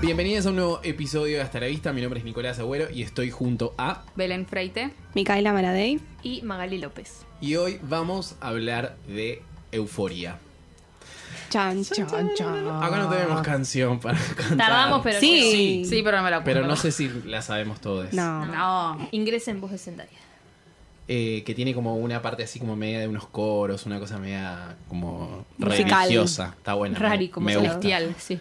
Bienvenidos a un nuevo episodio de Hasta la Vista. Mi nombre es Nicolás Agüero y estoy junto a. Belén Freite. Micaela Maradei. y Magali López. Y hoy vamos a hablar de euforia. Chan, chan, chan. Acá no tenemos canción para cantar. Tardamos, pero Sí. pues, Sí, pero no me la Pero no sé si la sabemos todos. No. No. Ingresa en voz de Zendaya. Eh, que tiene como una parte así como media de unos coros, una cosa media como Musical. religiosa. Está buena. me- Rari, como me gusta. celestial. Sí.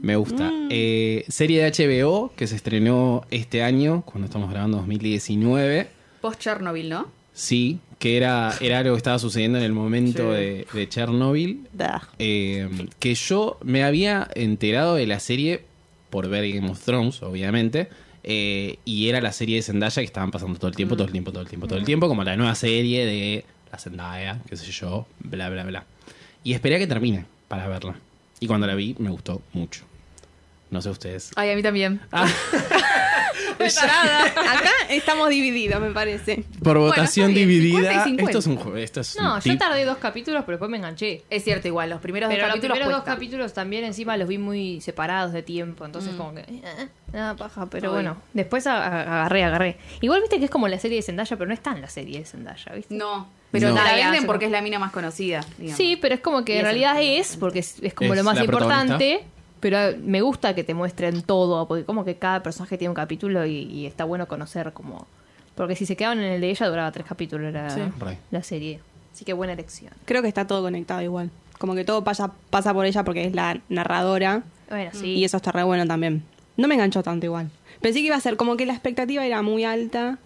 Me gusta. Eh, serie de HBO que se estrenó este año, cuando estamos grabando 2019. Post Chernobyl, ¿no? Sí, que era, era algo que estaba sucediendo en el momento Sí. de, de Chernobyl. Da. Eh, que yo me había enterado de la serie por ver Game of Thrones, obviamente. eh, y era la serie de Zendaya que estaban pasando todo el tiempo, todo el tiempo, todo el tiempo, todo el Mm. tiempo, como la nueva serie de la Zendaya, qué sé yo, bla, bla, bla. Y esperé a que termine para verla. Y cuando la vi, me gustó mucho. No sé ustedes. Ay, a mí también. Acá estamos divididos, me parece. Por votación está bien, 50 y dividida. 50. Esto es un juego. Esto es No, un yo tip. tardé dos capítulos, pero después me enganché. Es cierto, igual, los primeros Pero dos los capítulos. primeros dos cuesta. capítulos también encima los vi muy separados de tiempo, entonces como que... eh, eh, Nada, paja, pero Ay. bueno. Después a- a- agarré, agarré. Igual viste que es como la serie de Zendaya, pero no está en la serie de Zendaya, ¿viste? No, pero No. te la Nada, venden hace- porque es la mina más conocida. digamos. Sí, pero es como Y que en es el- realidad es, porque es, es como Es lo más la importante. Pero eh, me gusta que te muestren todo, porque como que cada personaje tiene un capítulo y, y está bueno conocer como... Porque si se quedaban en el de ella duraba tres capítulos la, Re. la serie. Así que buena elección. Creo que está todo conectado igual. Como que todo pasa, pasa por ella porque es la narradora. Bueno, sí. Y eso está re bueno también. No me enganchó tanto igual. Pensé que iba a ser como que la expectativa era muy alta.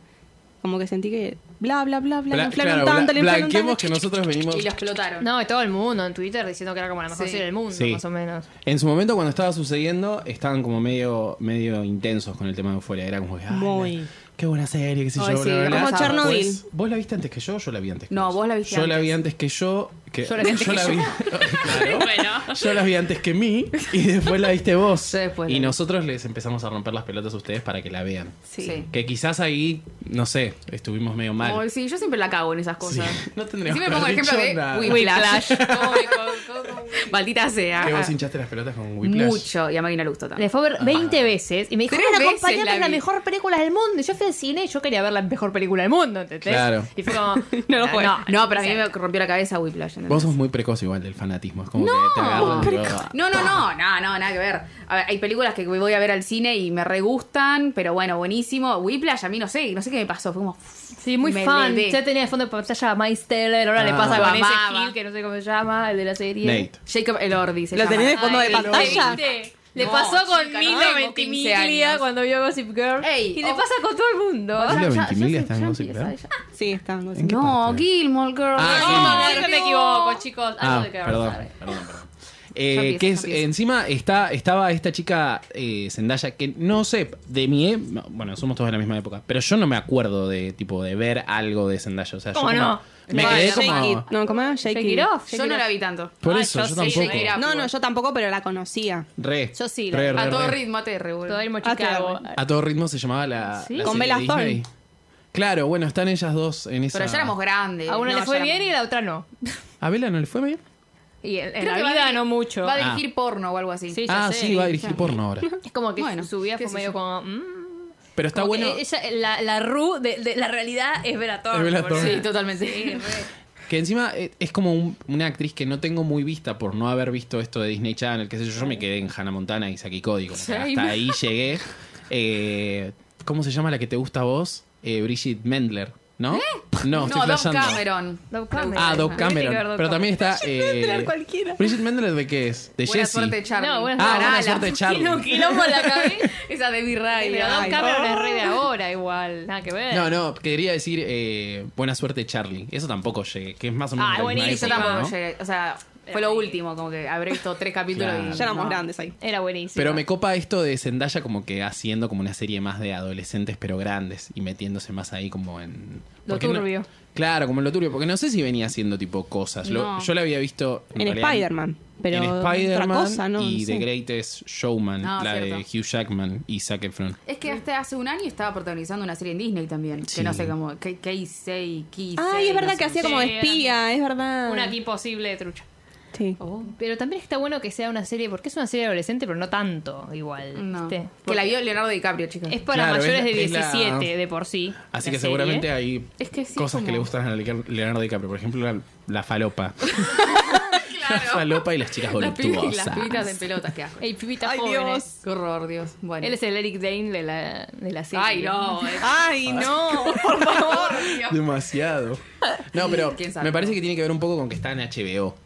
Como que sentí que bla, bla, bla, Bla- bla. le inflaron claro, tanto, bla- le inflaron blanqueemos tanto. que nosotros venimos. Y lo explotaron. No, y todo el mundo en Twitter diciendo que era como la mejor Sí. serie del mundo, Sí. más o menos. En su momento, cuando estaba sucediendo, estaban como medio, medio intensos con el tema de euforia. Era como que, "Ay, Muy. la- Qué buena serie, qué sé Ay, yo, sí, bla, bla, bla". como Chernobyl. Pues, ¿Vos la viste antes que yo? Yo la vi antes que No, vos la viste Yo la antes. vi antes que yo. que- Yo la vi antes que vi- Claro. Yo la vi antes que mí y después la viste vos. Yo después la y vi. nosotros les empezamos a romper las pelotas a ustedes para que la vean. Sí. Que quizás ahí, no sé, estuvimos medio mal. Ay, sí, yo siempre la cago en esas Sí, cosas. No tendríamos Siempre que pongo el haber ejemplo dicho de nada. Whiplash. Maldita sea. Que vos hinchaste las pelotas con Whiplash. Mucho. Y a Maggie no le gustó Le también. fue a ver Ah. 20 veces y me dijo, Tres "No, la veces compañía la es la vi". mejor película del mundo. Y yo fui al cine y yo quería ver la mejor película del mundo, ¿entendés? Claro. Y fue como, No lo fue. No, No, pero a mí me rompió la cabeza Whiplash. ¿entendés? Vos sos muy precoz igual del fanatismo. Es como que te agarran y luego- No, no, no, no, no, nada que ver. A ver, hay películas que voy a ver al cine y me re gustan, pero bueno, buenísimo. Whiplash, a mí no sé, no sé qué me pasó. Fue como. Sí, muy me fan. levé. Ya tenía de fondo de pantalla a Miles Teller, ahora le Ah. pasa con ese Amaba. Gil que no sé cómo se llama, el de la serie. Nate. Jacob Elordi se ¿Lo llama. tenés de fondo de Ay, pantalla? ¿viste? Le No, pasó con chica, no Milo tengo 15 Ventimiglia años. cuando vio Gossip Girl. Ey, y le oh. pasa con todo el mundo. Milo Ya- ya- ya Ventimiglia se- está en ya Gossip empieza- Girl. ya- Sí, está. algo así. ¿En qué No, parte? Gilmore Girl. Ah, Oh, No, yo me equivoco, chicos. Algo Ah, de que perdón, avanzar. perdón, perdón. Ya Eh, empieza, que ya es, empieza. encima está, estaba esta chica eh, Zendaya que no sé, de mi e- bueno, somos todos de la misma época, pero yo no me acuerdo de tipo de ver algo de Zendaya, o sea, yo ¿Cómo como- no? me Bueno, quedé shake como it. No, ¿cómo era? Shake, Shake it. it off. Yo no la vi tanto. por Ah, eso yo yo sí, tampoco. Shake It Up. No, no, yo tampoco, pero la conocía. Re. Yo sí, re, A re, todo re. ritmo a Terry, boludo. Todo el Ah, claro. mochicago. A todo ritmo se llamaba la, ¿Sí? la Con serie Bella de Thorne. Disney. Claro, bueno, están ellas dos en esa Pero ya éramos grandes. A una No, le ya fue éramos- bien y a la otra no. ¿A Bella no le fue bien? Y en, en Creo la que va a vida dir- no mucho. Va a dirigir porno o algo así. Sí, ya Ah, sé. sí, va a dirigir porno ahora. Es como que Bueno, su vida qué fue sé medio yo. como... mm, Pero está como que bueno. ella- la, la Ru de, de la realidad es Verator. Es Bella Thorne. Sí, totalmente. Que encima eh, es como un- una actriz que no tengo muy vista por no haber visto esto de Disney Channel, qué sé yo, yo me quedé en Hannah Montana y Saki Cody, como que Sí. hasta ahí llegué. Eh, ¿Cómo se llama la que te gusta a vos? Eh, Brigitte Mendler, ¿no? No, estoy No, Dove flasheando. Cameron. Dove Cameron. Ah, Doc Tendría que Cameron. ver Doc Pero también está. Eh, cualquiera. Bridget Mendler de qué es? De Buena Jessie. suerte, Charlie. No, buena Ah, buena la- suerte, Charlie. Tiene un quilombo en la ¿eh? cabeza. Esa de Virrey. Pero Don Ay, Cameron es re de ahora igual, nada que ver. No, no, quería decir eh, Buena suerte, Charlie. Eso tampoco llegué, que es más o menos. Ah, la misma buenísimo. Yo época, tampoco ¿no? llegué. O sea, fue lo último. Como que habré visto tres capítulos Claro. y... Ya éramos no. grandes ahí. Era buenísimo. Pero me copa esto de Zendaya como que haciendo como una serie más de adolescentes pero grandes y metiéndose más ahí como en... Lo porque no- turbio. claro, como en lo turbio, porque no sé si venía haciendo tipo cosas. Lo- No. yo la había visto... En realidad, Spider-Man, pero en otra Spider-Man cosa, ¿no? y No The sé. Greatest Showman, Ah, la de cierto. Hugh Jackman y Zac Efron. Es que hasta hace un año estaba protagonizando una serie en Disney también. Sí. Que no sé cómo. K- K6, K6. Ay, es verdad no sé. que hacía como Sí, de espía, es verdad. Una aquí posible de trucha. Sí. Oh. Pero también está bueno que sea una serie, porque es una serie adolescente, pero no tanto igual. No. ¿viste? Que la Porque vio Leonardo DiCaprio, chicos. Es para Claro, mayores es- de es la- 17 de por sí. Así la que serie. seguramente hay Es que sí, cosas que como- le gustan a Leonardo DiCaprio. Por ejemplo, la, la falopa. La falopa y las chicas Las pibitas, las voluptuosas. pibitas en pelotas, qué asco. El pibita Ay, joven. Dios. Qué horror, Dios. Bueno. Él es el Eric Dane de la, de la serie. Ay, no. eh. Ay, no. Por favor, Dios. Demasiado. No, pero ¿Quién sabe? me parece que tiene que ver un poco con que está en HBO.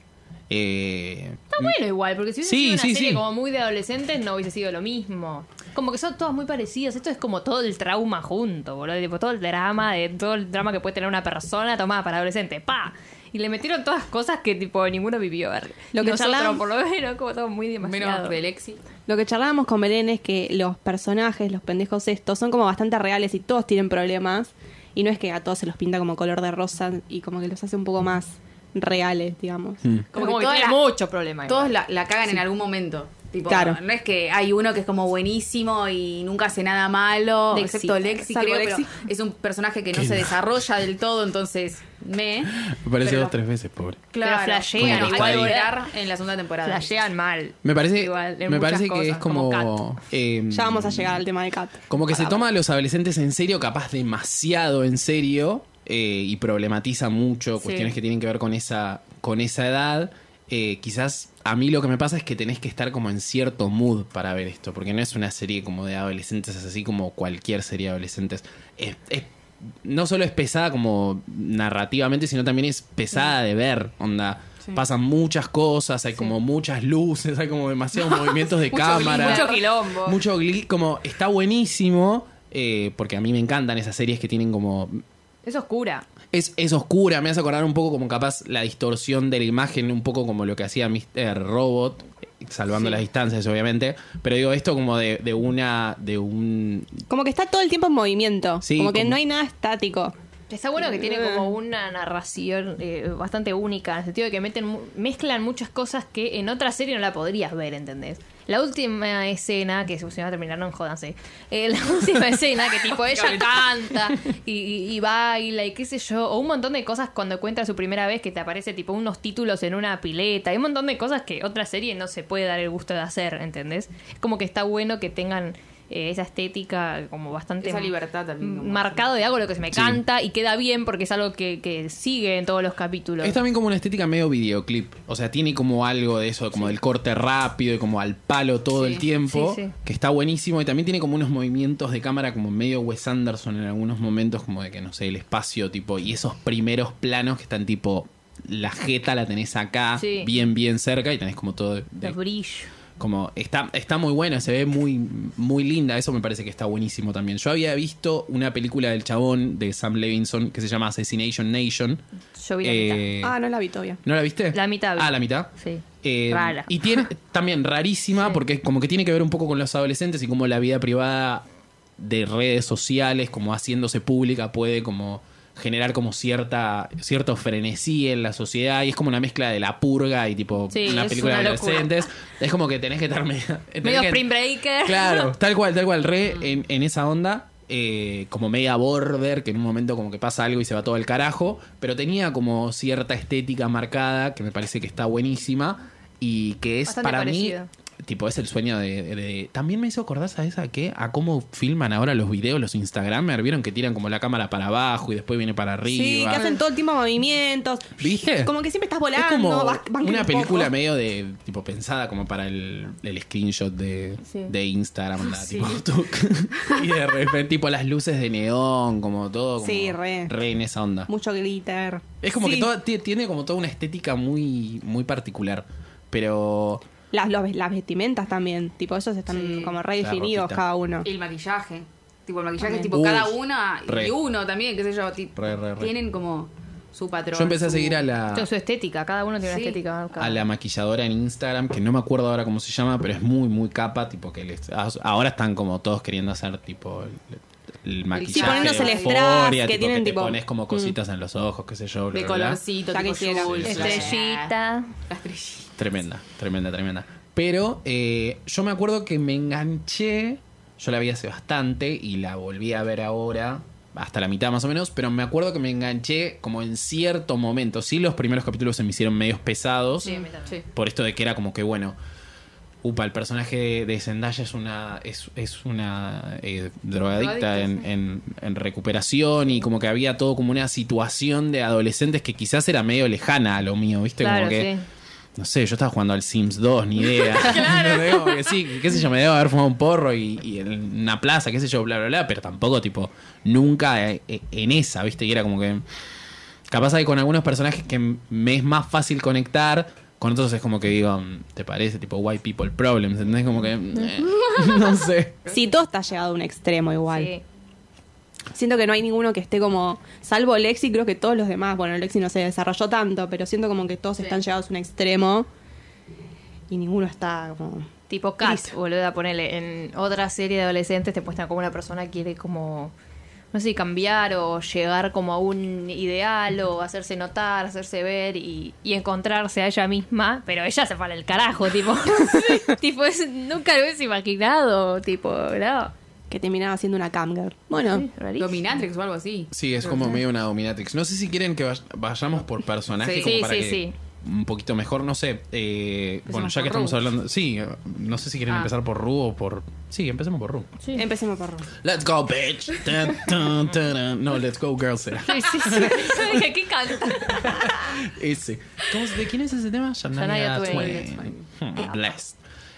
Eh, Está bueno igual, porque si hubiese Sí, sido una sí, serie sí. como muy de adolescentes, no hubiese sido lo mismo. Como que son todas muy parecidas. Esto es como todo el trauma junto, boludo. Tipo, todo el drama, de, todo el drama que puede tener una persona tomada para adolescente. ¡Pa! Y le metieron todas cosas que tipo ninguno vivió. Lo que Nosotros, charlamos- por lo menos, como todo muy demasiado. Menos de Lexi. Lo que charlábamos con Belén es que los personajes, los pendejos estos, son como bastante reales y todos tienen problemas. Y no es que a todos se los pinta como color de rosa y como que los hace un poco más reales, digamos. Mm. como, Como que que tiene todas- mucho problema. igual. Todos la, la cagan en algún momento. Tipo, Claro. No es que hay uno que es como buenísimo y nunca hace nada malo, Lexi. excepto Lexi, Salvo creo, Lexi. pero es un personaje que no Que se no. desarrolla del todo, entonces me. me parece Pero- dos tres veces, pobre. Claro, Pero flashean, Bueno, hay igual. que volver en la segunda temporada. Flashean mal. Me parece, Igual, en me muchas parece que cosas, es como. como eh, Ya vamos a llegar al tema de Kat. Como que se toma a los adolescentes en serio, capaz demasiado en serio, eh, y problematiza mucho Sí. cuestiones que tienen que ver con esa, con esa edad. Eh, quizás a mí lo que me pasa es que tenés que estar como en cierto mood para ver esto, porque no es una serie como de adolescentes, es así como cualquier serie de adolescentes. Es- es- no solo es pesada como narrativamente, sino también es pesada de ver, onda. Pasan muchas cosas, hay como muchas luces, hay como demasiados movimientos de Mucho cámara. glitter. Mucho quilombo. Mucho gli- como está buenísimo, eh, porque a mí me encantan esas series que tienen como... Es oscura. Es, es oscura, me hace acordar un poco como capaz la distorsión de la imagen, un poco como lo que hacía Mr. Robot, eh, salvando las distancias obviamente, pero digo esto como de, de una... de un... Como que está todo el tiempo en movimiento. Sí, como que como- no hay nada estático. Está bueno que tiene como una narración eh, bastante única, en el sentido de que meten, mu- mezclan muchas cosas que en otra serie no la podrías ver, ¿entendés? La última escena, que se va a terminar, no jodanse. Eh, la última escena que tipo ella canta y, y- y baila y qué sé yo, o un montón de cosas cuando encuentra su primera vez que te aparece tipo unos títulos en una pileta, hay un montón de cosas que otra serie no se puede dar el gusto de hacer, ¿entendés? Es como que está bueno que tengan eh, esa estética como bastante... Esa libertad también, como- Marcado de hago lo que se me Sí. canta y queda bien porque es algo que, que sigue en todos los capítulos. Es también como una estética medio videoclip, o sea, tiene como algo de eso, como del corte rápido y como al palo todo Sí, el tiempo, sí, sí. que está buenísimo y también tiene como unos movimientos de cámara como medio Wes Anderson en algunos momentos, como de que no sé, el espacio tipo, y esos primeros planos que están tipo, la jeta la tenés acá, Sí. bien, bien cerca y tenés como todo... de- de- Los brillos. como está, está muy buena, se ve muy, muy linda, eso me parece que está buenísimo también. Yo había visto una película del chabón de Sam Levinson que se llama Assassination Nation. Yo vi la Eh, Ah, no la vi todavía. ¿No la viste? La mitad vi. Ah, la mitad. Sí. Eh, Rara. Y tiene también rarísima, porque como que tiene que ver un poco con los adolescentes y cómo la vida privada de redes sociales, como haciéndose pública, puede como generar como cierta cierto frenesí en la sociedad y es como una mezcla de la purga y tipo Sí, una es película de una locura. adolescentes es como que tenés que estar medio, tenés Medio que- Spring Breaker. Claro, tal cual, tal cual. Mm. Re en, en esa onda, eh, como media border, que en un momento como que pasa algo y se va todo al carajo, pero tenía como cierta estética marcada que me parece que está buenísima y que es Bastante para parecido. mí. tipo, es el sueño de, de- de- También me hizo acordar, a esa que A cómo filman ahora los videos, los Instagramers. Vieron que tiran como la cámara para abajo y después viene para arriba. Sí, que hacen todo el tiempo movimientos. ¿Viste? Como que siempre estás volando. Eh. Es como vas- vas una un película poco. medio de tipo pensada como para el, el screenshot de, Sí. de Instagram, la, tipo, tuc. y de repente tipo las luces de neón, como todo, como Sí, re. en esa onda. Mucho glitter. es como Sí. que todo, ti- tiene como toda una estética muy muy particular, pero Las, los- las vestimentas también. Tipo, ellos están Sí. como La redefinidos ropita. cada uno. Y el maquillaje. Tipo, el maquillaje, También. tipo, Uf, cada una y re. uno también, qué sé yo. ti- Re, re, re. Tienen como su patrón. yo empecé a su- seguir a la Su estética, cada uno tiene Sí. una estética marcada. a la maquilladora en Instagram, que no me acuerdo ahora cómo se llama, pero es muy, muy capa, tipo que les- ahora están como todos queriendo hacer tipo el, el maquillaje. poniéndose de el strass, euforia, que tipo, tienen, te tipo, mm, pones como cositas en los ojos, qué sé yo, bla, De bla, bla. colorcito, Ya tipo quisiera. Jules, Sí, sí, Estrellita. La estrellita. Tremenda, tremenda, tremenda. Pero eh, yo me acuerdo que me enganché, yo la vi hace bastante y la volví a ver ahora, hasta la mitad más o menos, pero me acuerdo que me enganché como en cierto momento. Sí, los primeros capítulos se me hicieron medios pesados. Sí, sí. por esto de que era como que bueno upa el personaje de, de Zendaya es una es, es una eh, drogadicta Drogadicta, en, en- en recuperación y como que había todo como una situación de adolescentes que quizás era medio lejana a lo mío viste Claro, como que sí. no sé yo estaba jugando al Sims 2 ni idea claro. como que sí qué sé yo me debo haber fumado un porro y, y en una plaza qué sé yo bla bla bla pero tampoco tipo nunca eh, eh, en esa viste y era como que Capaz hay con algunos personajes que m- me es más fácil conectar. Con otros es como que digo, mm, ¿te parece? Tipo, white people problems, ¿entendés? Como que. mm, eh, no sé. Sí, todo está llegado a un extremo igual. Sí. Siento que no hay ninguno que esté como, salvo Lexi, creo que todos los demás, bueno, Lexi no se desarrolló tanto, pero siento como que todos están llegados a un extremo y ninguno está como... Tipo Cat, Gris. boluda, ponele. En otra serie de adolescentes te muestran como una persona quiere como, no sé, cambiar o llegar como a un ideal o hacerse notar, hacerse ver y, y encontrarse a ella misma, pero ella se para el carajo, tipo. tipo, es- nunca lo hubiese imaginado, tipo, ¿verdad? que terminaba siendo una camgirl. Ah. Bueno, Dominatrix o algo así. Sí, es como medio una dominatrix. No sé si quieren que vay- vayamos por personaje Sí. como Sí, para sí, que sí. un poquito mejor, no sé. eh, bueno, Empecemos ya que por estamos Ru. hablando. Sí, eh, no sé si quieren Ah. empezar por Ru o por. Sí, empecemos por Ru. empecemos por Ru. Let's go, bitch. Tan, tan, taran. No, let's go, girls. era. Sí, sí, sí. Yo dije, ¿qué canta? Ese. ¿Cómo se- ¿De quién es ese tema? Shania Shania Twain. Twain. Hmm, Blessed.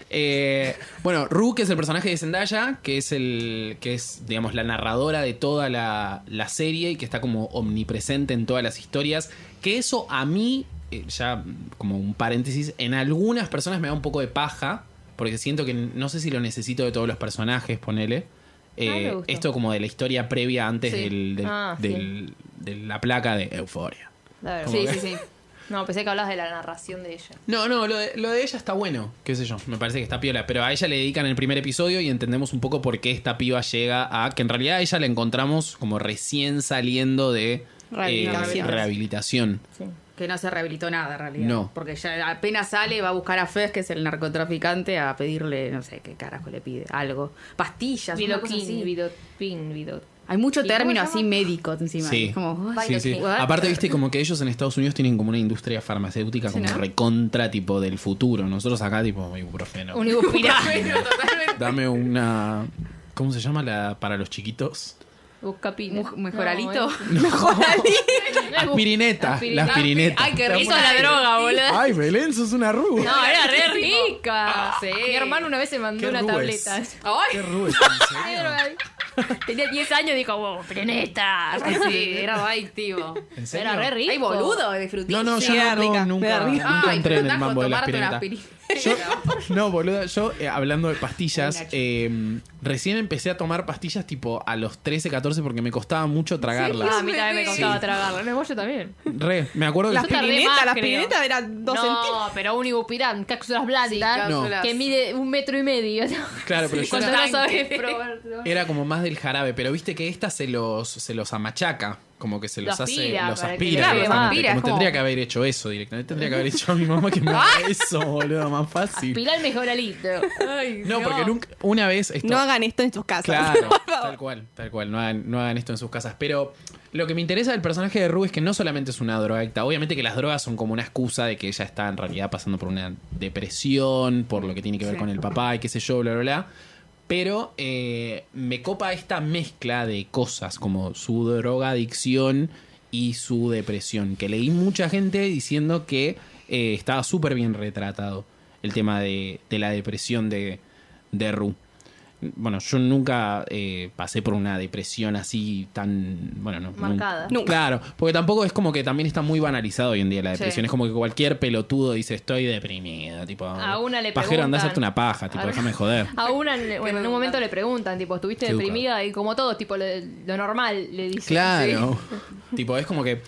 Eh, bueno, Ru, que es el personaje de Zendaya, que es el. que es, digamos, la narradora de toda la, la serie y que está como omnipresente en todas las historias. Que eso a mí, eh, ya mm, como un paréntesis, en algunas personas me da un poco de paja. Porque siento que n- no sé si lo necesito de todos los personajes, ponele. Eh, Ah, me gustó. esto como de la historia previa antes Sí. del, del- Ah, sí. del- de la placa de Euforia. Sí, que- sí, sí. No, pensé que hablabas de la narración de ella. No, no, lo de, lo de ella está bueno, qué sé yo, me parece que está piola, pero a ella le dedican el primer episodio y entendemos un poco por qué esta piba llega a, que en realidad a ella la encontramos como recién saliendo de eh, Rehabilitación. rehabilitación. Que no se rehabilitó nada en realidad. No. Porque ya apenas sale, va a buscar a Fez, que es el narcotraficante, a pedirle, no sé qué carajo le pide, algo. Pastillas, una cosa así. Vidoquín, Vidopin, Vidot. Hay mucho ¿Y cómo término se así llama? médico encima. Sí. Es como, Sí, ay, sí. what? Aparte, viste, como que ellos en Estados Unidos tienen como una industria farmacéutica Sí, como ¿no? recontra tipo del futuro. Nosotros acá tipo ibuprofeno. Un ibuprofeno. Bueno, totalmente. Dame una... ¿Cómo se llama la para los chiquitos? Buscapina. Mu- Mejoralito. No, es- no es bu- Aspirineta. La aspirineta. Ah, Uh, Ay, qué Eso rico. es la droga, boludo. Ay, Belén, sos una arruga. No, era re rica. Sí. Ah, Mi hermano una vez se mandó Qué una rubes. tableta. Ay, Tenía 10 años y dijo, wow, preneta. sí, era adictivo. Ah, ¿En serio? Era re rico. Ay, boludo, de frutilla. No, no, Sí, yo era no, rica, nunca, era rica. nunca Ay, entré en el frutazo, mambo de la tomarte una aspirineta. Yo, no, boluda, yo eh, hablando de pastillas, Una eh, recién empecé a tomar pastillas tipo a los 13, 14 porque me costaba mucho Ah, a tragarlas. mí también me costaba tragarlo. No, vos yo también. Re, me acuerdo Las que... Yo tardé pirinetas, más, las creo. pirinetas eran dos no, centímetros. pero un ibupirán, cápsulas Sí, blandas, cápsulas. que mide un metro y medio. Claro, pero yo Cuando era, no Tanque. sabes probarlo. era como más del jarabe, pero viste que esta se los, se los amachaca. Como que se los Lo aspira, hace, los para aspira. que le quede exactamente, más. Aspira, como es como- tendría que haber hecho eso directamente. Tendría que haber hecho a mi mamá que me haga eso, boludo, más fácil. Pilar mejoralito. Ay, No, porque nunca, una vez... esto- No hagan esto en sus casas. Claro, Por favor. tal cual, tal cual. No hagan, no hagan esto en sus casas. Pero Lo que me interesa del personaje de Rue es que no solamente es una drogadicta. Obviamente que las drogas son como una excusa de que ella está en realidad pasando por una depresión, por lo que tiene que ver Sí. con el papá y qué sé yo, bla, bla, bla. Pero eh, me copa esta mezcla de cosas como su drogadicción y su depresión. Que leí mucha gente diciendo que eh, estaba súper bien retratado el tema de, de la depresión de, de Rue bueno, yo nunca eh, pasé por una depresión así tan, bueno, no. Marcada. nunca. Nunca. Claro, porque tampoco es como que también está muy banalizado hoy en día la depresión. Sí. Es como que cualquier pelotudo dice estoy deprimido, tipo. A una le Pajero, andá a hacerte preguntan. una paja, tipo, A- déjame joder. A una en, en redundante. un momento le preguntan, tipo, ¿estuviste Qué deprimida? Y como todos, tipo, le- lo, normal le dicen. Claro. tipo, es como que.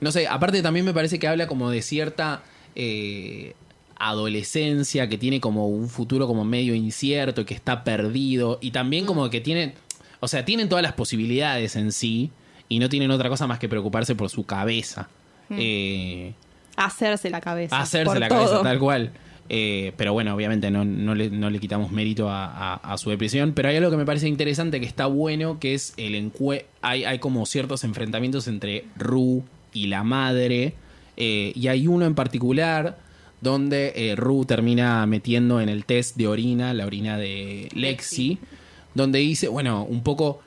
No sé, aparte también me parece que habla como de cierta eh, adolescencia que tiene como un futuro como medio incierto, que está perdido. Y también como que tiene. O sea, tienen todas las posibilidades en sí. Y no tienen otra cosa más que preocuparse por su cabeza. Eh, Hacerse la cabeza. hacerse por la todo. cabeza, tal cual. Eh, pero bueno, obviamente no, no le, no le quitamos mérito a, a- a su depresión. Pero hay algo que me parece interesante, que está bueno, que es el encue hay, hay como ciertos enfrentamientos entre Ru y la madre. eh, y hay uno en particular donde eh, Ru termina metiendo en el test de orina, la orina de Lexi, donde dice, bueno, un poco...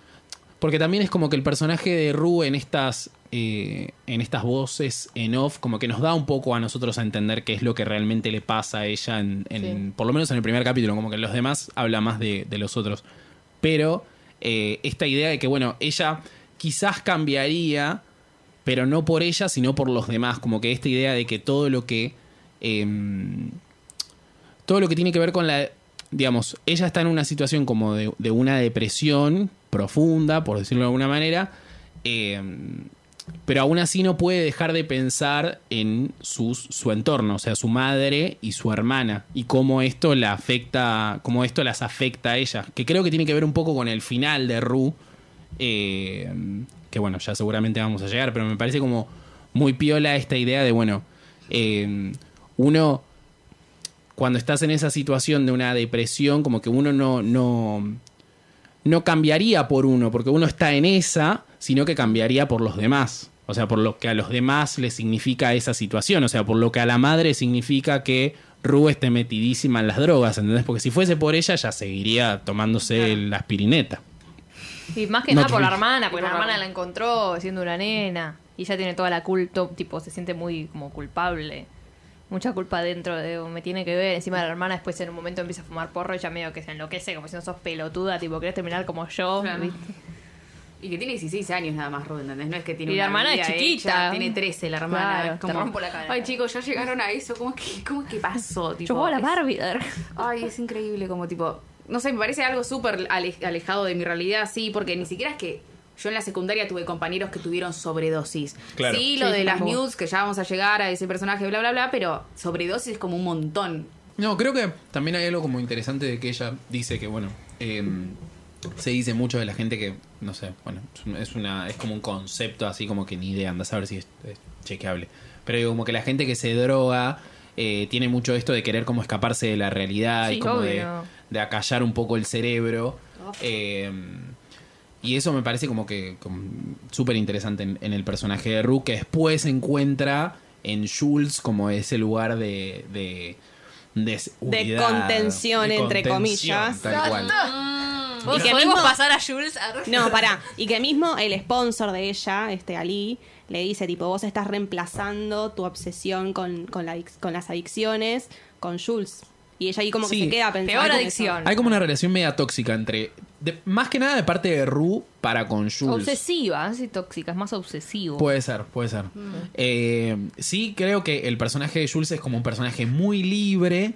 Porque también es como que el personaje de Rue en estas, eh, en estas voces en off, como que nos da un poco a nosotros a entender qué es lo que realmente le pasa a ella, en, en- por lo menos en el primer capítulo, como que los demás habla más de, de los otros. Pero eh, esta idea de que, bueno, ella quizás cambiaría, pero no por ella, sino por los demás, como que esta idea de que todo lo que... em, todo lo que tiene que ver con la. Digamos, ella está en una situación como de, de una depresión profunda, por decirlo de alguna manera, eh, pero aún así no puede dejar de pensar en sus, su entorno, o sea, su madre y su hermana, y cómo esto la afecta, cómo esto las afecta a ellas, que creo que tiene que ver un poco con el final de Rue, eh, que bueno, ya seguramente vamos a llegar, pero me parece como muy piola esta idea de, bueno, eh, uno cuando estás en esa situación de una depresión, como que uno no, no, no cambiaría por uno, porque uno está en esa, sino que cambiaría por los demás. O sea, por lo que a los demás les significa esa situación. O sea, por lo que a la madre significa que Rue esté metidísima en las drogas, ¿entendés? Porque si fuese por ella, ya seguiría tomándose la aspirineta. Y más que No nada te por la fijas. hermana, porque Por la la hermana la hermana. encontró siendo una nena. Y ella tiene toda la culpa, tipo, se siente muy como culpable. Mucha culpa dentro de oh, me tiene que ver. Encima la hermana después en un momento empieza a fumar porro y ya medio que se enloquece, como si no sos pelotuda, tipo, querés terminar como yo. Claro. ¿viste? Y que tiene 16 años nada más, Ruth, ¿entendés? No es que tiene Y la una hermana es vida chiquita. hecha, tiene 13 la hermana. Claro, es te como, rompo la cara. Ay, chicos, ya llegaron a eso. ¿Cómo que, cómo que pasó? Tipo, Yo juego a la es- Barbie. Ay, es increíble como tipo... No sé, me parece algo súper ale- alejado de mi realidad, sí, porque ni siquiera es que... Yo en la secundaria tuve compañeros que tuvieron sobredosis. Claro. Sí, lo Sí, de yo las tampoco. news, que ya vamos a llegar a ese personaje, bla, bla, bla, pero sobredosis es como un montón. No, creo que también hay algo como interesante de que ella dice que, bueno, eh, se dice mucho de la gente que, no sé, bueno, es un- es, una, es como un concepto así como que ni idea, anda a saber si es, es chequeable. Pero digo, como que la gente que se droga eh, tiene mucho esto de querer como escaparse de la realidad y Sí, como de, obvio. de acallar un poco el cerebro. Eh, y eso me parece como que como súper interesante en, en el personaje de Rue, que después se encuentra en Jules como ese lugar de... de de, seguridad, contención, entre contención, comillas. Tal cual. Y que podemos mismo- pasar a Jules. a- No, pará. Y que mismo el sponsor de ella, este Ali, le dice, tipo, vos estás reemplazando tu obsesión con, con, la adic- con las adicciones con Jules. Y ella ahí como que Sí. se queda pensando. Peor en eso. adicción. Hay como una relación media tóxica entre... de- más que nada de parte de Rue para con Jules. Obsesiva, así tóxica, es más obsesivo. Puede ser, puede ser. Mm. Eh, sí, creo que el personaje de Jules es como un personaje muy libre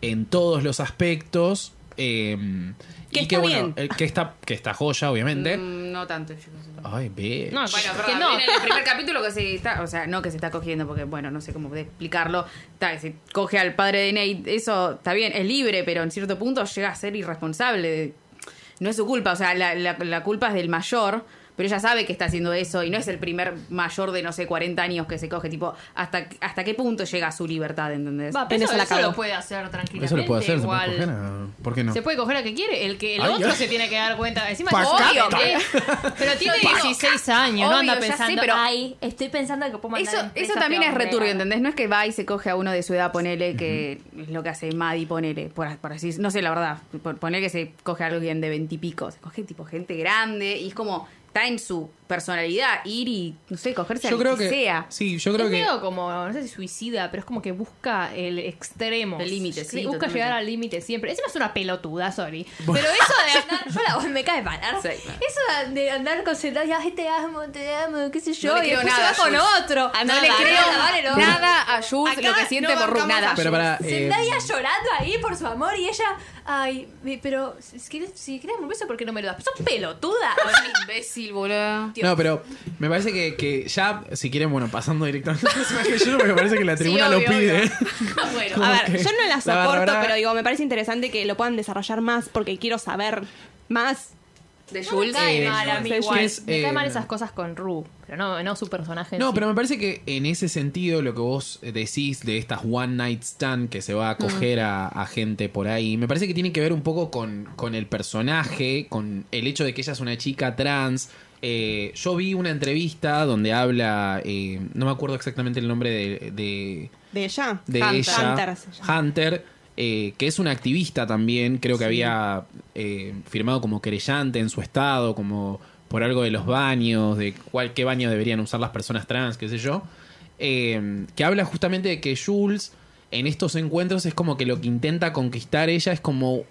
en todos los aspectos. eh, Que y está que bueno, bien. el- que está, que está joya, obviamente. Mm, no tanto, chicos. Ay, ve. No, Bueno, Que perdón, no. viene en el primer capítulo que se está, o sea, no que se está cogiendo, porque bueno, no sé cómo de explicarlo, está, que se coge al padre de Nate, eso está bien, es libre, pero en cierto punto llega a ser irresponsable. No es su culpa, o sea, la, la- la culpa es del mayor, Pero ella sabe que está haciendo eso y no es el primer mayor de, no sé, 40 años que se coge. Tipo, ¿hasta, hasta qué punto llega su libertad, entendés? Va, pero En eso, eso la eso cago. lo puede hacer tranquilamente. Eso lo puede hacer, igual. se puede coger a- ¿Por qué no? Se puede coger a que quiere, el que el Ay, otro ay. se tiene que dar cuenta. Encima Pa' obvio, acá, ¿eh? pero tiene 16 años, no anda Obvio, ya sé, pensando. pero- Ay, estoy pensando que puedo mandar Eso, un eso mensaje también a es un returbio, verano. ¿entendés? No es que va y se coge a uno de su edad, ponele, que es lo que hace Maddie, ponele, por, por así No sé, la verdad, por poner que se coge a alguien de veintipico, se coge tipo gente grande y es como, está en su personalidad ir y, no sé, cogerse yo al creo que, que. sea. Sí, yo creo es que. medio como, no sé si suicida, pero es como que busca el extremo. El límite, sí, Busca totalmente. llegar al límite siempre. Encima es una pelotuda, sorry. Pero eso de andar, yo la me cae mal. Sí. Eso de andar concentrada, ya te amo, te amo, qué sé yo. No le y creo después se nada, va con Jules. otro. no le creo nada a Jules Acá lo que siente no por Ruth, bancamos nada. a Pero para. eh, Zendaya llorando ahí por su amor y ella, ay, me- pero si quieres, si quieres un beso, ¿por qué no me lo das? ¡Son pelotuda! imbécil, boludo. No, pero me parece que, que ya, si quieren, bueno, pasando directamente al personaje de Yellow, me parece que la tribuna obvio, lo pide. bueno, Como A ver, que yo no la la soporto, Bárbara- pero digo, me parece interesante que lo puedan desarrollar más porque quiero saber más. de No me Jules. cae eh, mal a mí que igual. es, me eh, caen mal esas cosas con Ru, pero no, no su personaje. en No, sí. pero me parece que en ese sentido lo que vos decís de estas one night stand que se va a coger a, a gente por ahí, me parece que tiene que ver un poco con, con el personaje, con el hecho de que ella es una chica trans. Eh, yo vi una entrevista donde habla, eh, no me acuerdo exactamente el nombre de- de De ella. de Hunter. ella, Hunter Hunter, se llama. eh, que es una activista también, creo que había eh, firmado como querellante en su estado, como por algo de los baños, de cuál, qué baño deberían usar las personas trans, qué sé yo, eh, que habla justamente de que Jules en estos encuentros es como que lo que intenta conquistar ella es como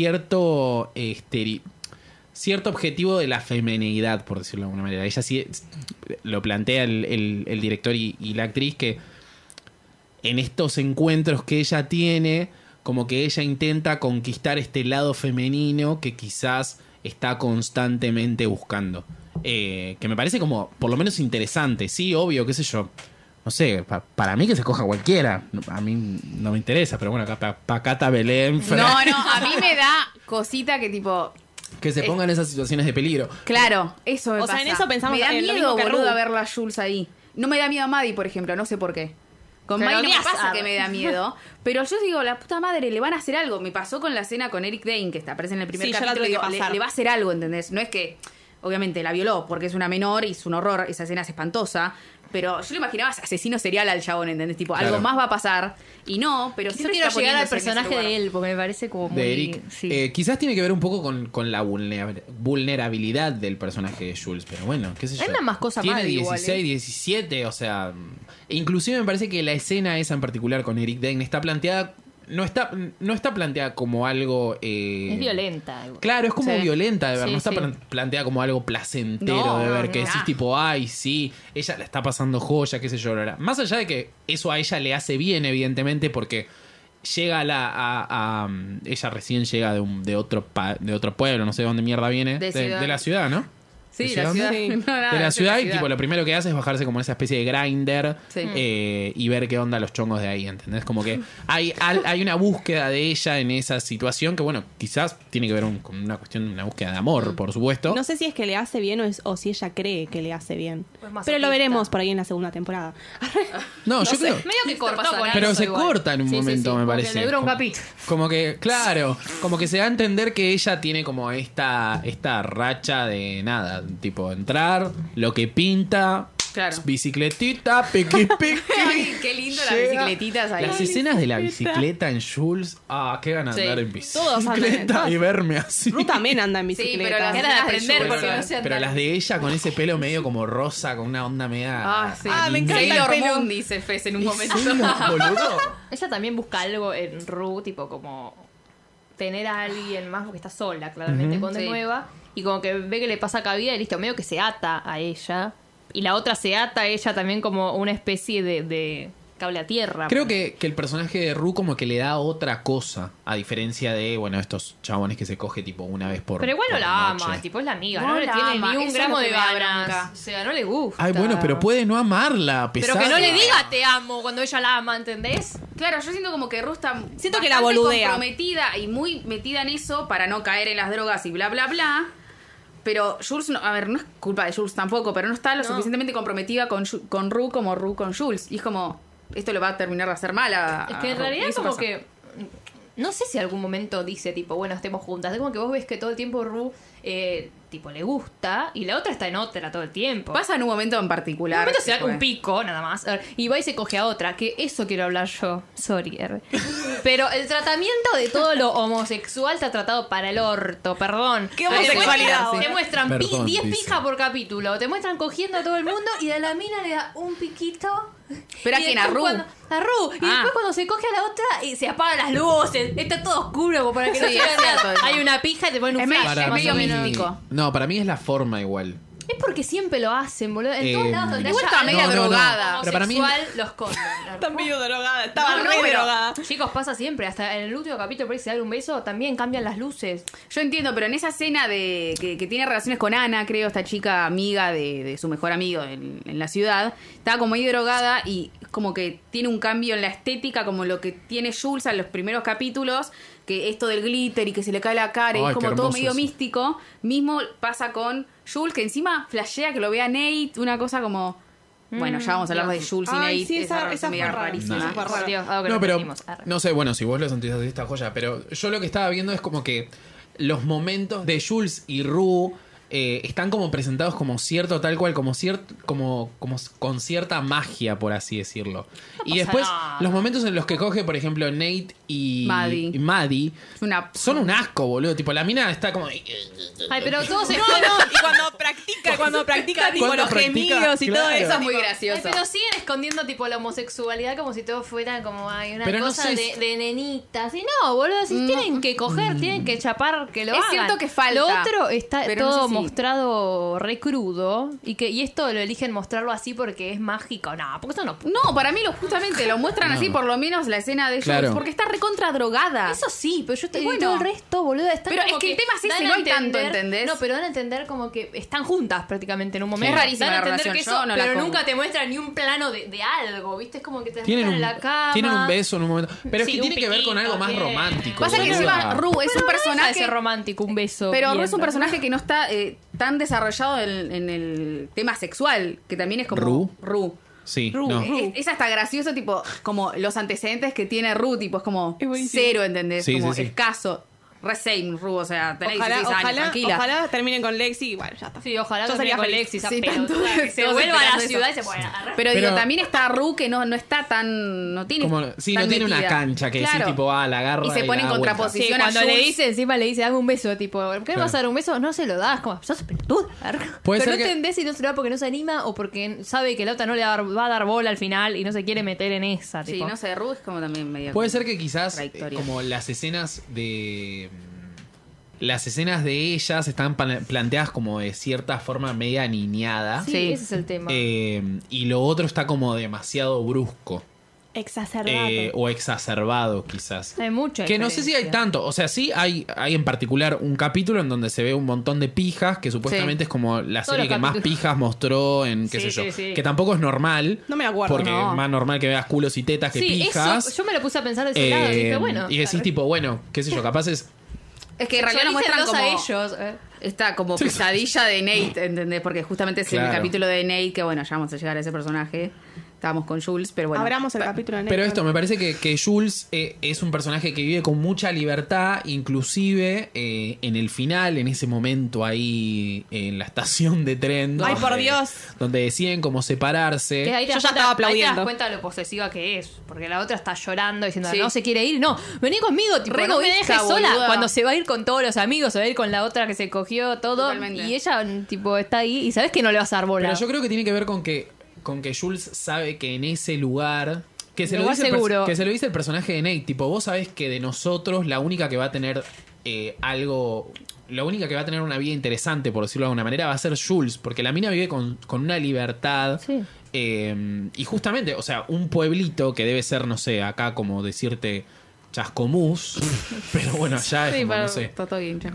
cierto eh, estere- cierto objetivo de la femenidad, por decirlo de alguna manera. Ella sí lo plantea el, el- el director y, y la actriz que en estos encuentros que ella tiene, como que ella intenta conquistar este lado femenino que quizás está constantemente buscando. Eh, que me parece como, por lo menos interesante, sí, obvio, qué sé yo. No sé, pa- para mí que se coja cualquiera. No, A mí no me interesa, pero bueno, acá pa- Pacata Belén, Fran, No, no, a mí me da cosita que tipo, que se pongan en esas situaciones de peligro. Claro, eso me O sea, en pasa. eso pensamos Me da en lo miedo, mismo que boludo, Ru. verlo a Jules ahí. No me da miedo a Maddie, por ejemplo, no sé por qué. Con Pero Maddie no me odias pasa a- que me da miedo. Pero yo digo, la puta madre, le van a hacer algo. Me pasó con la cena con Eric Dane, que está, aparece en el primer Sí, yo la capítulo. tuve y digo, que le, pasar. le va a hacer algo, ¿entendés? No es que, obviamente, la violó porque es una menor y es un horror. Esa escena es espantosa. Pero yo lo imaginaba asesino serial al chabón, ¿entendés? Tipo, algo Claro. más va a pasar. Y no, pero yo siempre quiero está llegar al poniéndose en ese personaje lugar. de él, porque me parece como muy. de Eric. sí. Eh, quizás tiene que ver un poco con, con la vulnera- vulnerabilidad del personaje de Jules, pero bueno, qué sé yo. Es la más cosa Tiene mal igual, ¿eh? 16, 17, o sea... mm, Inclusive me parece que la escena esa en particular con Eric Dane está planteada... No está, no está planteada como algo... eh, es violenta. Claro, es como Sí. violenta de ver, Sí, no está sí. plan- planteada como algo placentero No, de ver, no, que no. decís tipo, ay, sí, ella la está pasando joya, qué sé yo. la, la". Más allá de que eso a ella le hace bien, evidentemente, porque llega a la... a- a, um, ella recién llega de, un, de, otro pa- de otro pueblo, no sé de dónde mierda viene, De de, ciudad. de la ciudad, ¿no? Sí, ¿De la dónde? ciudad. Sí. No, nada, de la es ciudad y tipo lo primero que hace es bajarse como en esa especie de grinder Sí. eh, y ver qué onda los chongos de ahí, ¿entendés? Como que hay, al- hay una búsqueda de ella en esa situación que bueno, quizás tiene que ver un- con una cuestión, una búsqueda de Mm. amor, por supuesto. No sé si es que le hace bien o, es, o si ella cree que le hace bien. Pues masoquista. Pero lo veremos por ahí en la segunda temporada. No, yo creo... Medio que cortó pasa con nada. eso Pero se igual. corta en un Sí, sí, sí, momento, me como que parece. Le dura un Como- capítulo. Como que, claro, como que se da a entender que ella tiene como esta, esta racha de nada, tipo entrar, lo que pinta, Claro. bicicletita, piqui piqui. Ay, qué lindo las Llega. bicicletitas ahí. Ah, Las escenas de la bicicleta en Jules, ah, qué ganas de Sí. andar en bicicleta Todos andan en- todos. y verme así. Ru también anda en bicicleta. pero las Era de Las de aprender Jules. Pero, porque no sé pero andar. las de ella con ese pelo medio como rosa, con una onda media. Ah, sí. Ah, anime. me encanta el Sailor pelo. Moon, dice Fez en un Es momento. una, boludo. Ella también busca algo en Ru, tipo como tener a alguien más porque está sola, claramente, cuando Sí. es nueva. Y como que ve que le pasa cabida y listo, medio que se ata a ella. Y la otra se ata a ella también como una especie de, de cable a tierra. Creo que, que el personaje de Ru como que le da otra cosa, a diferencia de, bueno, estos chabones que se coge tipo una vez por Pero igual no por la noche. ama, tipo es la amiga, No no, le la tiene ama, ni un eso gramo es lo de que me da bronca. ganas. O sea, no le gusta. Ay, bueno, pero puede no amarla, Pero que no le diga te amo cuando ella la ama, ¿entendés? Claro, yo siento como que Rusta Siento que la boludea. comprometida y muy metida en eso para no caer en las drogas y bla bla bla. Pero Jules, no- a ver, no es culpa de Jules tampoco, pero no está lo No. suficientemente comprometida con, Ju- con Ru como Ru con Jules. Y es como, esto lo va a terminar de hacer mal a. Es que a en Ru. realidad Y eso como pasa. que... No sé si algún momento dice, tipo, bueno, estemos juntas. Es como que vos ves que todo el tiempo Ru, eh, tipo, le gusta y la otra está en otra todo el tiempo. Pasa en un momento en En un particular. momento se da fue. un pico, nada más. A ver, Y va y se coge a otra, que eso quiero hablar yo. Sorry, R. Pero el tratamiento de todo lo homosexual está tratado para el orto, perdón. ¿Qué Te muestran- homosexualidad? Te muestran pi- Perdón, 10 dice. pijas por capítulo, te muestran cogiendo a todo el mundo y de la mina le da un piquito. Pero a Y quién, después a Ru. cuando- a Ru. Y Ah. después cuando se coge a la otra y se apagan las luces, está todo oscuro como para que no Sí, se es vea nada. cierto eso. Hay una pija y te ponen un Es medio- flash, es más o medio menos. místico. No, para mí es la forma igual. Es porque siempre lo hacen, boludo. En todos Eh, lados donde igual haya estaba media algo drogada. Pero para mí- homosexual, los conden. Está medio drogada, estaba No, no, re pero- drogada. Chicos, pasa siempre. Hasta en el último capítulo, por ahí se da un beso, también cambian las luces. Yo entiendo, pero en esa escena de que, que tiene relaciones con Ana, creo, esta chica amiga de, de su mejor amigo en, en la ciudad, estaba como ahí drogada y como que tiene un cambio en la estética, como lo que tiene Jules en los primeros capítulos, que esto del glitter y que se le cae la cara y Ay, es qué como todo hermoso medio eso. místico. Mismo pasa con Jules, que encima flashea que lo vea Nate, una cosa como... Bueno, ya vamos a hablar de Jules y Mm, Ay, Nate. sí, esa- relación esa fue medio rara. rarísima. Nah. Fue raro. Dios, algo que No, nos pero perdimos. Arre. no sé, bueno, si vos lo sentís así esta joya, pero yo lo que estaba viendo es como que los momentos de Jules y Rue eh, están como presentados como cierto tal cual, como cierto como como s- con cierta magia, por así decirlo. y pasa después nada. los momentos en los que coge, por ejemplo, Nate y Maddie. y Maddie, Es una- son un asco, boludo, tipo la mina está como Ay, pero todos se No, no, y cuando practica, cuando practica tipo Cuando los practica, gemidos y claro. todo Eso eso. es muy tipo, Ay, gracioso. pero siguen escondiendo tipo la homosexualidad como si todo fuera como ay, una Pero no cosa sé de, si- Mm. de nenitas. Y no, boludo, si tienen que coger, tienen que chapar, que lo Es hagan. cierto que falta, Lo otro está pero no todo sé si- mostrado re crudo y que y esto lo eligen mostrarlo así porque es mágico. No, porque eso no No, para mí lo justamente lo muestran así, por lo menos la escena de Jules, Claro. porque está recontra drogada. Eso sí, pero yo estoy Y bueno. Ah. todo el resto, boludo. Están Pero como es que el tema es ese, dan a no hay tanto, ¿entendés? No, pero dan a entender como que están juntas prácticamente en un momento. Es rarísima Dan a la entender relación, que yo eso, no la pero como. nunca te muestran ni un plano de, de algo, ¿viste? Es como que te tienen juntan un, en la cama. tienen un beso en un momento, pero Sí, es que un tiene que ver con piquito, algo más tiene. romántico. Pasa que boluda. encima Ru es un Personaje personaje. romántico, un beso. Pero Ru bien, es un ¿no? personaje que no está eh, tan desarrollado en, en el tema sexual, que también es como Ru. Ru. Sí, Ru. no. Es, es hasta gracioso, tipo, como los antecedentes que tiene Ru, tipo, es como Es buenísimo. cero, ¿entendés? Sí, como sí, sí. escaso. Re same, Ru, o sea, tenés Ojalá, 16 años, ojalá, tranquila. ojalá terminen con Lexi y bueno, ya está. Sí, ojalá Yo yo sería con feliz. Lexi, esa Sí, pelotuda, tanto- que se todos vuelva a la esperando ciudad eso. y se pueda agarrar. Pero, digo, Pero- también está Ru que no, no está tan. No tiene. Como, sí, tan no tiene una metida. cancha que Claro. decís tipo, ah, la agarra Y se y pone la da en vuelta. contraposición. Sí, posiciona cuando le Jules. dice, encima le dice, dame un beso, tipo, ¿por qué me Claro. vas a dar un beso? No se lo das, como, sos pelotuda. Puede Pero ser no que- entendés si no se lo da porque no se anima o porque sabe que la otra no le va a dar- va a dar bola al final y no se quiere meter en esa, Sí, tipo. no sé, Ru es como también medio. Puede ser que quizás eh, Trayectoria. como las escenas de mm, las escenas de ellas están pan- planteadas como de cierta forma media niñada Sí, Sí. ese es el tema. Eh, y lo otro está como demasiado brusco Exacerbado. eh, o exacerbado quizás. hay mucha Que no sé si hay diferencia. tanto, o sea, sí hay, hay en particular un capítulo en donde se ve un montón de pijas, que supuestamente es como la Todos serie los que más capítulos. pijas mostró en qué Sí, sé yo, sí, sí. que tampoco es normal, No me acuerdo, porque no. es más normal que veas culos y tetas que Sí, pijas. eso, yo me lo puse a pensar de ese lado y dije, Eh, bueno. y decís tipo, bueno, qué sé yo, capaz es... Es que en realidad lo muestran dos como. a ellos. eh. Esta como pesadilla de Nate, ¿entendés? Porque justamente es en el Claro. capítulo de Nate que, bueno, ya vamos a llegar a ese personaje. Estábamos con Jules, pero bueno. Abramos el capítulo de Pero Nate. esto, me parece que, que Jules eh, es un personaje que vive con mucha libertad, inclusive eh, en el final, en ese momento ahí en la estación de tren. Ay, donde- por Dios. Donde deciden cómo separarse. Que ahí te Yo das ya cuenta- estaba Ahí te aplaudiendo. das cuenta de lo posesiva que es. Porque la otra está llorando diciendo, Sí. no se quiere ir. No, vení conmigo, tipo, Re no me dejes egoísta, sola. boluda. Cuando se va a ir con todos los amigos, se va a ir con la otra que se cogió todo. Totalmente. Y ella, mm, tipo, está ahí y sabes que no le vas a dar bola. Pero yo creo que tiene que ver con que, con que Jules sabe que en ese lugar. Que se, lo Lugar dice el pers- seguro. que se lo dice el personaje de Nate. Tipo, vos sabés que de nosotros la única que va a tener eh, algo. La única que va a tener una vida interesante, por decirlo de alguna manera, va a ser Jules. Porque la mina vive con, con una libertad. Sí. eh, y justamente, o sea, un pueblito que debe ser, no sé, acá como decirte Chascomús. pero bueno, allá es Sí, como, pero no sé. Toto Guincha.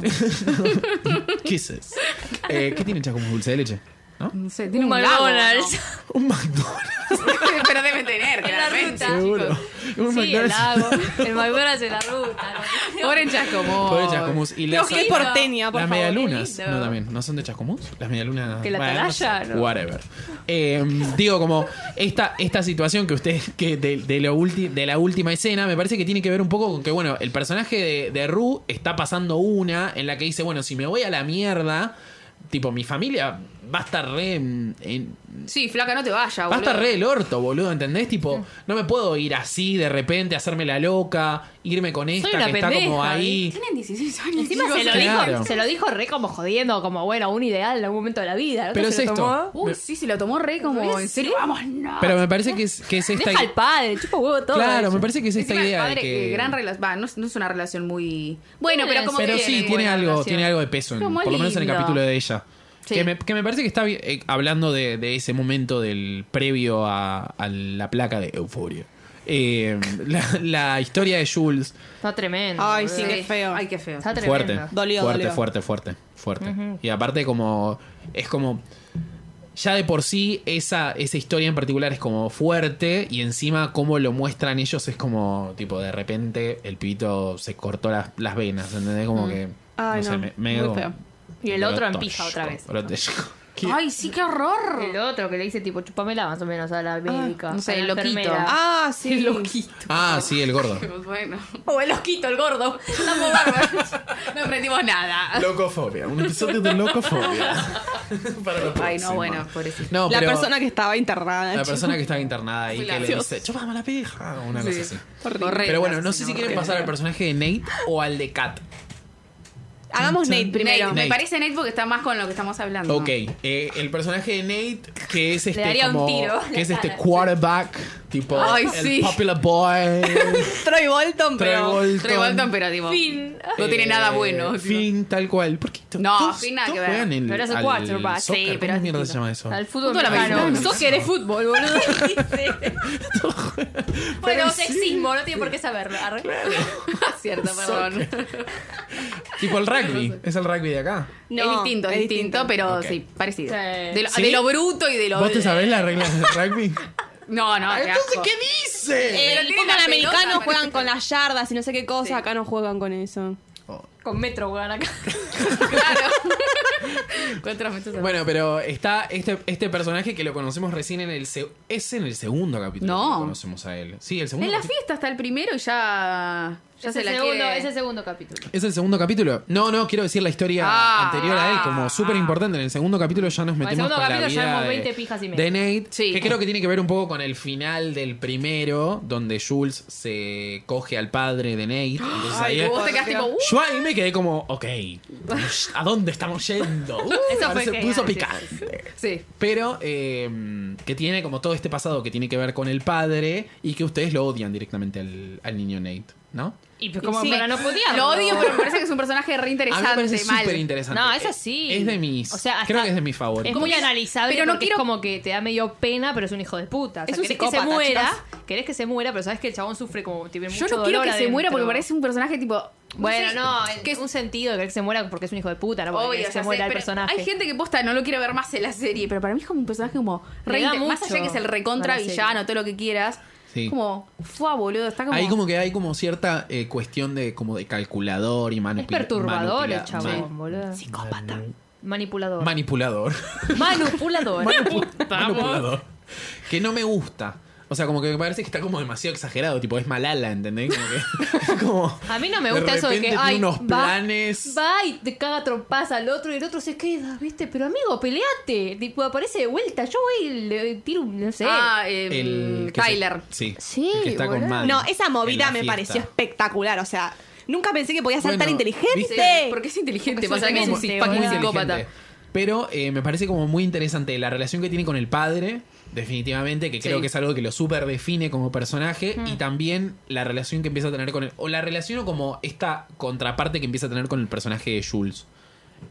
¿Qué es eso? Eh, ¿Qué tiene Chascomús? Dulce de leche. ¿No? No sé, tiene un, Un lago, McDonald's. ¿no? Un McDonald's. pero deben tener, En la ruta. claramente. Seguro. chicos. Un Sí, el McDonald's. lago. El McDonald's en la ruta. ¿no? Pobre Chascomús. Pobre Chascomús. Y las, Qué porteña, por las favor. medialunas. qué lindo. No, también. ¿No son de Chascomús? Las medialunas. Que la Bueno, no sé. atalaya, ¿no? Whatever. Eh, digo, como esta, esta situación que usted. Que de, de lo ulti- de la última escena, me parece que tiene que ver un poco con que, bueno, el personaje de, de Ru está pasando una en la que dice, bueno, si me voy a la mierda. Tipo, mi familia va a estar re. en- en- Sí, flaca, no te vayas, Va a boludo. estar re el orto, boludo, ¿entendés? Tipo, no me puedo ir así de repente, hacerme la loca, irme con esta que una está como pendeja, ahí. Tienen 16 años. Encima chicos. se lo, claro. dijo, se lo dijo re como jodiendo, como bueno, un ideal en algún momento de la vida. ¿no? Pero Se es lo esto. tomó. Uy, sí, se lo tomó re como en serio. Vamos, no. Pero me parece que es, que es esta Deja al padre, chupa huevo todo. Claro, eso. me parece que es esta Encima el idea de padre, que eh, gran relación. Va, no, es- no es una relación muy. Bueno, Tiene pero como pero que sí buena tiene algo, relación. tiene algo de peso, en- Como por lo menos en el lindo. capítulo de ella. Sí. Que, me, que me parece que está bien, eh, hablando de, de ese momento del previo a, a la placa de Euforia. Eh, la, la historia de Jules, Está tremendo. Ay, boludo. sí, qué feo. Ay, qué feo. Está tremendo. fuerte, Dolió, fuerte, dolió. fuerte, fuerte, fuerte. Y aparte como es como ya de por sí esa, esa historia en particular es como fuerte y encima cómo lo muestran ellos es como tipo de repente el pibito se cortó las, las venas, ¿entendés? Como que Ay, no, muy feo. Y el otro en pija otra vez. Grotesco. Ay, sí, qué horror. El otro que le dice tipo, chupamela más o menos a la médica. Oh. Ah, no sé, a la el loquito. enfermera. Ah, sí. Ah, sí, el gordo. Pues Bueno. O Oh, el osquito, el gordo. Estamos bárbaros. No aprendimos nada. Locofobia, un episodio de locofobia. Ay, no, bueno, pobrecito. No, la pero persona que estaba internada. la chico. persona que estaba internada ahí Muy que le gracioso. dice, chupame la pija, una cosa así. Horrible. Horrible. Pero bueno, no sé si Señor, quieren horrible. pasar al personaje de Nate o al de Kat. Hagamos Nate primero. Nate, Nate. Me parece Nate porque está más con lo que estamos hablando. Ok, eh, el personaje de Nate, que es este daría un como- tiro en que es la este cara. quarterback, tipo Ay, el sí. popular boy, Troy Bolton, Troy pero. Bolton, Trey Walton, pero tipo. Fin. No tiene eh, nada bueno. tipo. Finn, tal cual. Porque to- No, todos- Finn nada todos que ver. juegan el- Pero es el al quarterback, sí, soccer, pero ¿Cómo es mierda se distinto. llama eso? Al fútbol Fútbol americano. americano. Soccer es fútbol, boludo. bueno, sexismo, no tiene por qué saberlo. Arre. Cierto, perdón. Tipo el rugby. Es el rugby de acá. es distinto, es distinto, pero Ok. sí, parecido. Sí. De, lo, ¿Sí? de lo bruto y de lo. ¿Vos te sabés las reglas del rugby? No, no, qué Entonces, asco. ¿qué dice? Pero El tiene fútbol la americano pelota, juegan parece. con las yardas y no sé qué cosa. Sí. Acá no juegan con eso. Oh. Con metro, weón, acá. Claro. Cuatro metros. Bueno, pero está este, este personaje que lo conocemos recién en el... se- Es en el segundo capítulo No. que lo conocemos a él. Sí, el segundo En la capítulo. fiesta está el primero y ya. Ya Es se el la segundo, quiere. es el segundo capítulo. ¿Es el segundo capítulo? No, no, quiero decir la historia Ah, anterior a él, ah, como súper importante. En el segundo capítulo ya nos el metemos segundo con la capítulo ya vida vemos de- 20 pijas y media. de Nate, Sí. que creo que tiene que ver un poco con el final del primero, donde Jules se coge al padre de Nate. Entonces ahí es- Vos te quedaste tipo. "Uh, yo ahí me quedé como, ok, ¿a dónde estamos yendo? Uh, Eso fue se genial, puso sí, picante. "Uh". Sí. Pero eh, que tiene como todo este pasado que tiene que ver con el padre y que ustedes lo odian directamente al, al niño Nate, ¿no? Y pues como sí. para no podíamos. Lo odio, pero me parece que es un personaje re A mí interesante. me parece mal. súper interesante. No, es así. Es de mis. O sea, hasta- creo que es de mis Es favoritos. muy analizable, Pero no porque quiero- es como que te da medio pena, pero es un hijo de puta. O sea, Es un querés que se psicópata, muera, chicas. querés que se muera, pero sabes que el chabón sufre como tiene mucho Yo no quiero dolor que se adentro. muera porque parece un personaje tipo. Bueno, sé, no, en un sentido de querer que se muera porque es un hijo de puta, no porque Obvio, querés que se ya muera sé, el pero personaje. Hay gente que posta no lo quiere ver más en la serie, pero para mí es como un personaje como Le re da inte- más mucho allá que es el recontra a la serie. villano, todo lo que quieras. Sí. Como, fue boludo, está como. Ahí como que hay como cierta eh, cuestión de como de calculador y Es manipula- perturbador el manipula- chabón, ma- boludo. psicópata. Manipulador. manipulador. Manipulador. manipulador. Que no me gusta. O sea, como que me parece que está como demasiado exagerado, tipo es malala, ¿entendés? Como que, como- A mí no me gusta eso de que repente tiene ay, unos va- planes. Va, y te caga trompadas al otro y el otro se queda, ¿viste? Pero amigo, peleate. Tipo, aparece de vuelta. Yo voy y le tiro un, no sé. Ah, eh, el que se- Tyler. sí. Sí, el que está con boludo. Maddie No, esa Ah, en movida la me fiesta. pareció espectacular. O sea, nunca pensé que podía ser Bueno, tan Sí, inteligente. Porque es inteligente, Porque pasa soy que es un muy- fucking muy inteligente. psicópata. Pero eh, me parece como muy interesante la relación que tiene con el padre, definitivamente, que creo Sí. que es algo que lo super define como personaje, y también la relación que empieza a tener con el. O la relación o como esta contraparte que empieza a tener con el personaje de Jules.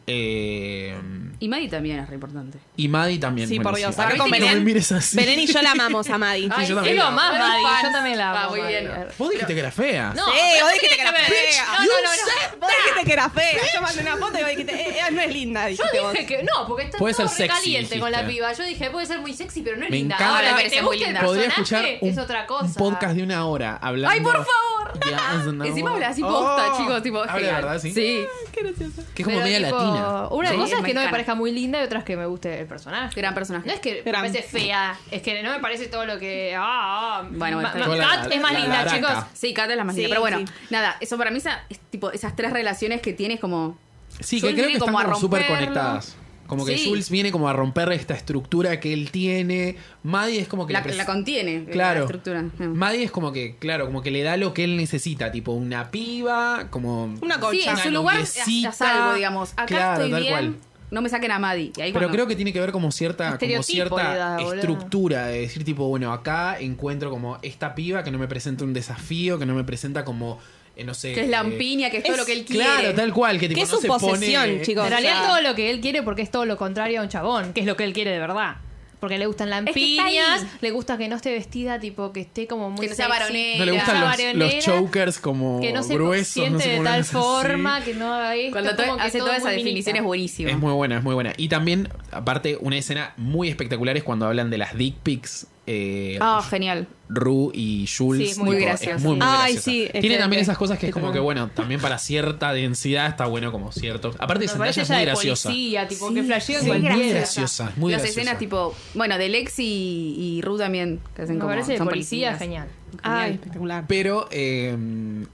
Eh, Y Maddie también es re importante. y Maddie también. Sí, bueno, por Dios. sí. Acá Ay, con no me Belén. mires así. Belén y yo la amamos a Maddie. Sí, yo Ah, Ay, también es la lo amo. más, Pero Maddie. fans. Yo también la Va, amo. Ah, muy Maddie. bien. Vos dijiste que era fea. No, Sí, pero vos no dijiste tiene que la ver. pega. No, no, no, no. Vos dijiste que era fea. Yo mandé una foto y vos dijiste, "Eh, ella no es linda. Yo dijiste vos. dije que no, porque está Puede todo ser sexy, recaliente con la dijiste. piba. Yo dije, puede ser muy sexy, pero no es Me linda. encanta. Ahora, Me que parece te muy guste el linda. Podría personaje escuchar un, es otra cosa. un podcast de una hora hablando. ¡Ay, por favor! Ya, es una Encima habla hora. así posta, Oh, chicos. Tipo, habla de genial. verdad, sí. Sí, Que es como Pero, media tipo, latina. Una Sí, cosa es me que no me encanta. parezca muy linda y otra es que me guste el personaje. Gran personaje. No es que Gran. me parece fea, es que no me parece todo lo que. Ah, ah. Bueno, bueno, Ma- está ma- bien. Kat es más La- la- linda, la chicos. araca. sí, Cata es la más Sí, linda. Pero bueno, sí. nada, eso para mí esa- es tipo esas tres relaciones que tienes como. Sí, que creo Jules viene que están como a como súper romperlo. conectadas. Como que Sí. Jules viene como a romper esta estructura que él tiene. Maddie es como que La, le pres- la contiene. Claro. La estructura. Maddie es como que, claro, como que le da lo que él necesita, tipo una piba, como Una colcha. Sí, en su Una lugar noviecita. a salvo, digamos. Acá Claro, estoy tal bien, cual. no me saquen a Madi. Y ahí, Pero bueno, creo que tiene que ver como cierta, como Estereotipo cierta le da, boludo. estructura de decir tipo, bueno, acá encuentro como esta piba que no me presenta un desafío, que no me presenta como, eh, no sé. que es eh, lampiña, que es, todo es- lo que él quiere. Claro, tal cual, que tipo, Que es no su se posesión, pone- chicos. En O realidad, sea- todo lo que él quiere, porque es todo lo contrario a un chabón, que es lo que él quiere de verdad. Porque le gustan que está lampiñas, ahí. le gusta que no esté vestida, tipo que esté como muy. Que no sea sexy, varonera. No le que gustan no los, sea los varonera, chokers como Que no se gruesos. no siente sé de cómo tal los hace. forma, que no haga esto. Cuando to- como que hace todo toda es esa muy definición militar. es buenísimo. Es muy buena, es muy buena. Y también, aparte, una escena muy espectacular es cuando hablan de las dick pics. Eh, Ah, genial. Ru y Jules. Sí, muy tipo, graciosa. es muy, muy Ay, graciosa. sí, Tiene excelente. también esas cosas que es Tipo- como que, bueno, también para cierta densidad está bueno como cierto. Aparte, Me Zendaya parece es ella muy de graciosa. policía, tipo que Sí, flashea en sí, muy cualquiera. graciosa, muy Las graciosa. escenas tipo, bueno, de Lexi y, y Ru también, que hacen Me como parece de son policía policías. genial. Ay, Genial. espectacular. Pero eh,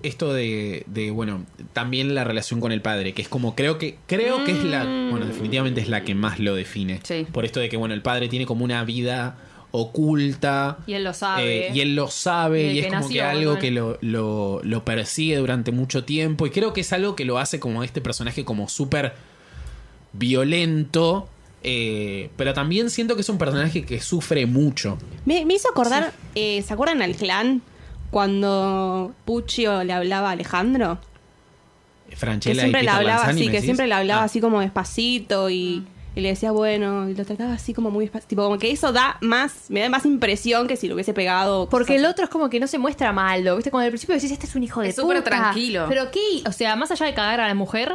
esto de, de, bueno, también la relación con el padre, que es como creo que creo que es la, bueno, definitivamente es la que más lo define. Sí. Por esto de que bueno, el padre tiene como una vida oculta. Y él lo sabe. eh, y él lo sabe Desde y es que como nació, que algo boludo. que lo, lo, lo persigue durante mucho tiempo y creo que es algo que lo hace como este personaje como súper violento, eh, pero también siento que es un personaje que sufre mucho. Me, me hizo acordar, eh, ¿se acuerdan al clan? Cuando Puccio le hablaba a Alejandro. Que Franchella y siempre le Peter hablaba Lanzani, así, ¿me que decís? siempre le hablaba Ah. así como despacito y, y le decía bueno, y lo trataba así como muy despacito. Tipo, como que eso da más, me da más impresión que si lo hubiese pegado. Porque cosas el otro es como que no se muestra malo, ¿viste? Cuando al principio decís, este es un hijo de Es súper puta. tranquilo. Pero qué, o sea, más allá de cagar a la mujer,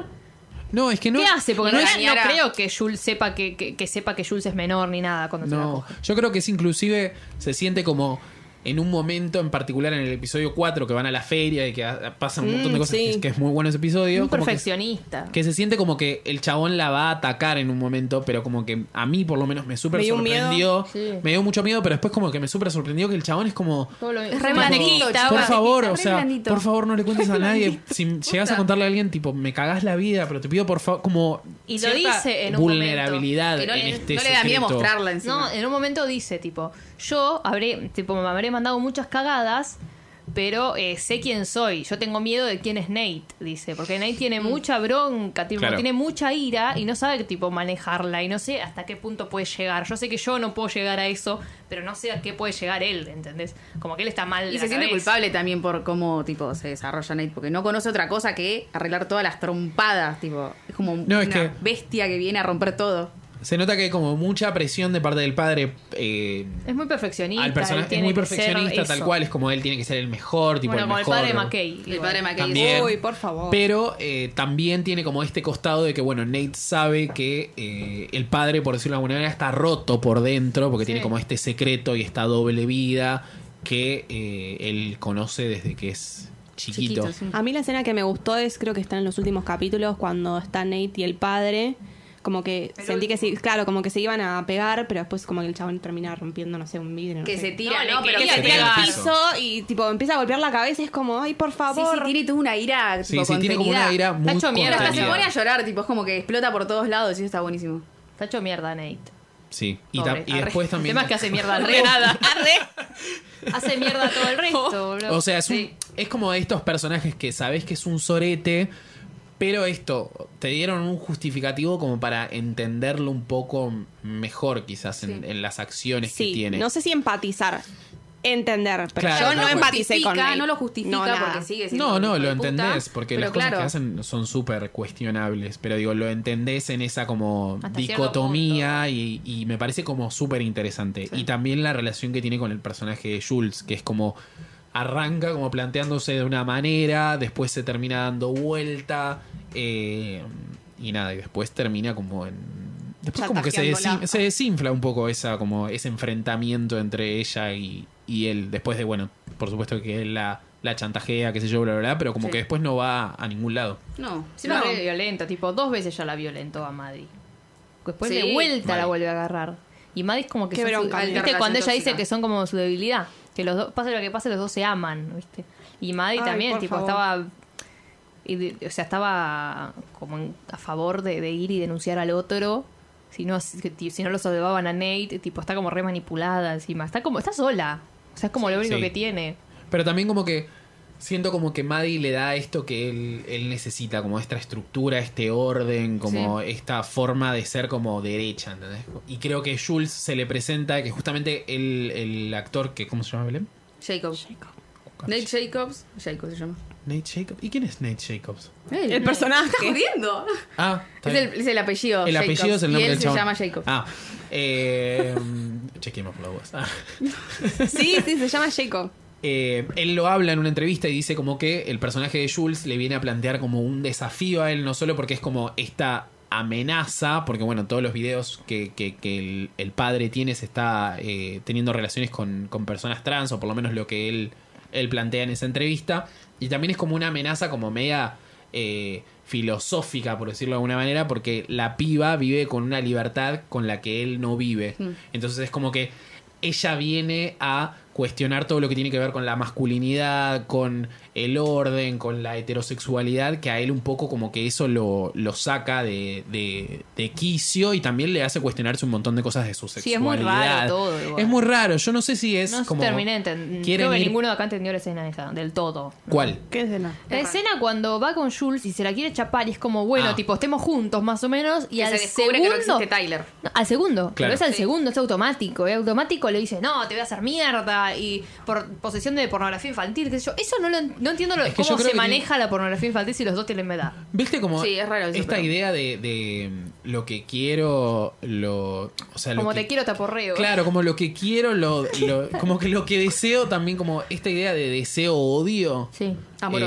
No, es que no. ¿qué hace? Porque no en es- realidad no Arañara. creo que Jules sepa que, que, que sepa que Jules es menor ni nada cuando se la No, coge. yo creo que es inclusive, se siente como en un momento en particular en el episodio 4 que van a la feria y que ah, pasan un montón de Mm, cosas, sí. que, es, que es muy bueno ese episodio. Un como que- perfeccionista. Que, se siente como que el chabón la va a atacar en un momento, pero como que a mí por lo menos me súper Me dio un miedo. sorprendió. Sí. Me dio mucho miedo, pero después como que me súper sorprendió que el chabón es como... Todo lo- Es re Tipo, blandito, por chabón. favor, o Re sea, blandito. por favor no le cuentes a nadie. Si llegas a contarle a alguien, tipo, me cagás la vida, pero te pido por favor, como Y lo cierta dice en un vulnerabilidad Que no, en le, este no le da miedo secreto. mostrarla encima. No, en un momento dice, tipo, yo habré, tipo, me habré mandado muchas cagadas, pero eh, sé quién soy. Yo tengo miedo de quién es Nate, dice. Porque Nate tiene Mm. mucha bronca, tipo, Claro. tiene mucha ira y no sabe, tipo, manejarla. Y no sé hasta qué punto puede llegar. Yo sé que yo no puedo llegar a eso, pero no sé a qué puede llegar él, ¿entendés? Como que él está mal. de Y la se siente cabeza. culpable también por cómo tipo se desarrolla Nate, porque no conoce otra cosa que arreglar todas las trompadas, tipo, es como No, una es que- bestia que viene a romper todo. Se nota que hay como mucha presión de parte del padre eh, Es muy perfeccionista. al él personaje. Es tiene muy que ser perfeccionista, tal eso. cual. Es como él tiene que ser el mejor, tipo Bueno, el como mejor. el padre de McKay. El padre de McKay así. también. Uy, por favor. Pero eh, también tiene como este costado de que, bueno, Nate sabe que eh, el padre, por decirlo de alguna manera, está roto por dentro porque tiene Sí. como este secreto y esta doble vida que eh, él conoce desde que es chiquito. Chiquito, sí. A mí la escena que me gustó es, creo que está en los últimos capítulos, cuando está Nate y el padre. Como que sentí que sí, claro, como que se iban a pegar, pero después como que el chabón termina rompiendo, no sé, un vidrio. no Que sé. se tira, No, le ¿no? Pero quería que se pegar. tira al Piso. piso. piso y tipo empieza a golpear la cabeza y es como, ay, por Sí, favor. sí, tiene toda una ira Sí, tipo, sí, tiene como contenida. una ira muy hecho mierda, Pero hasta se contenida. pone a llorar, tipo, es como que explota por todos lados y eso está buenísimo. Está hecho mierda, Nate. Sí, y, Pobre, tam- y arre. después El también. tema es que hace mierda al resto. Hace mierda a todo el resto, boludo. O sea, es, un- Sí. es como de estos personajes que sabés que es un sorete, pero esto, te dieron un justificativo como para entenderlo un poco mejor, quizás, en, en las acciones Sí, que tiene. no sé si empatizar, entender, pero Claro, yo no no, lo empaticé con justifica, él. no lo justifica nada. porque sigue siendo no, un no, hijo lo de puta, entendés, porque pero las cosas claro, que hacen son súper cuestionables, pero digo, lo entendés en esa como Hasta cierto dicotomía y, y me parece como súper interesante. Y también la relación que tiene con el personaje de Jules, que es como, arranca como planteándose de una manera, después se termina dando vuelta eh, y nada, y después termina como en... Después Ya como que se, tajeándola. desin- se desinfla un poco esa, como ese enfrentamiento entre ella y, y él, después de, bueno, por supuesto que él la, la chantajea, qué sé yo, bla, bla, bla, pero como Sí. que después no va a ningún lado. No, Sí, no. no. re violento, tipo, dos veces ya la violentó a Maddy. Después Sí. de vuelta la Maddy. vuelve a agarrar. Y Maddy es como que Qué son su- bronca, ¿viste? Maddy. cuando ella Relación dice tóxica. que son como su debilidad, que los dos, pase lo que pase, los dos se aman, ¿viste? Y Maddy Ay, también, por tipo, favor. estaba y de- o sea, estaba como en- a favor de, de ir y denunciar al otro. Si no, si, si no lo salvaban a Nate, tipo, está como re manipulada encima. Está como, está sola. O sea, es como lo único Sí. que tiene. Pero también como que siento como que Maddie le da esto que él, él necesita, como esta estructura, este orden, como esta forma de ser como derecha, ¿entendés? Y creo que Jules se le presenta que justamente el, el actor que, ¿cómo se llama Belén? Jacobs. Nate Jacobs. Jacobs se llama. Nate Jacobs. ¿Y quién es Nate Jacobs? El personaje. ¿Estás jodiendo? Ah, está Es bien. el, es el apellido. El apellido Jacobs, es el nombre y él del se chabón. llama Jacobs. Ah, eh, chequeemos por la voz. Ah. Sí, sí, se llama Jacob. Eh, él lo habla en una entrevista y dice como que el personaje de Jules le viene a plantear como un desafío a él, no solo porque es como esta amenaza, porque bueno, todos los videos que, que- que el, el padre tiene se está eh, teniendo relaciones con, con personas trans, o por lo menos lo que él, él plantea en esa entrevista, y también es como una amenaza como media eh, filosófica, por decirlo de alguna manera, porque la piba vive con una libertad con la que él no vive. Entonces es como que ella viene a cuestionar todo lo que tiene que ver con la masculinidad, con el orden, con la heterosexualidad, que a él un poco como que eso lo, lo saca de, de- de quicio y también le hace cuestionarse un montón de cosas de su Sí, es muy sexualidad. raro todo igual. Es muy raro, yo no sé si es No se como... terminé de entender. quieren Creo que ir- ninguno de acá entendió la escena esa, del todo. ¿Cuál? ¿Qué es de nada? La Ajá. escena cuando va con Jules y se la quiere chapar y es como, bueno, Ah. tipo, estemos juntos más o menos. Y Que al se descubre que no segundo. existe Tyler. No, al segundo, Claro. pero es al Sí. segundo, es automático. Y automático le dice, no, te voy a hacer mierda. Y por posesión de pornografía infantil, qué sé yo. Eso no, lo, no entiendo lo- Es que yo cómo creo se que tiene- maneja la pornografía infantil si los dos tienen edad. ¿Viste como Sí, es raro eso, esta pero- idea de, de mm, lo que quiero, lo... O sea, lo Como que- te quiero, te aporreo. Claro, como lo que quiero, lo, lo- como que lo que deseo también, como esta idea de deseo-odio. Sí. Eh, amor,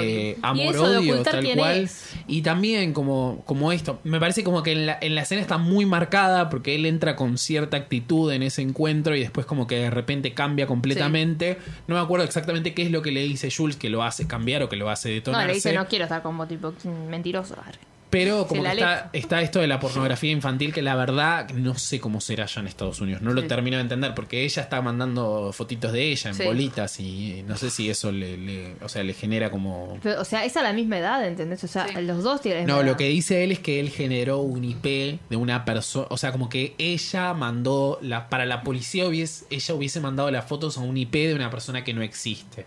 Y eso de odio, ocultar tal quién cual. es. Y también como, como esto, me parece como que en la, en la escena está muy marcada porque él entra con cierta actitud en ese encuentro y después como que de repente cambia completamente. No me acuerdo exactamente qué es lo que le dice Jules que lo hace cambiar o que lo hace No, detonarse. le dice, no quiero estar como tipo "Mm, mentiroso. arre". Pero Se como que la está, aleja. está esto de la pornografía infantil que la verdad no sé cómo será allá en Estados Unidos. No lo termino de entender porque ella está mandando fotitos de ella en Sí. bolitas y no sé si eso le, le- o sea, le genera como... Pero, o sea, es a la misma edad, ¿entendés? O sea, Sí. los dos tienen No, edad. lo que dice él es que él generó un IP de una persona, o sea, como que ella mandó, la, para la policía hubiese, ella hubiese mandado las fotos a un IP de una persona que no existe.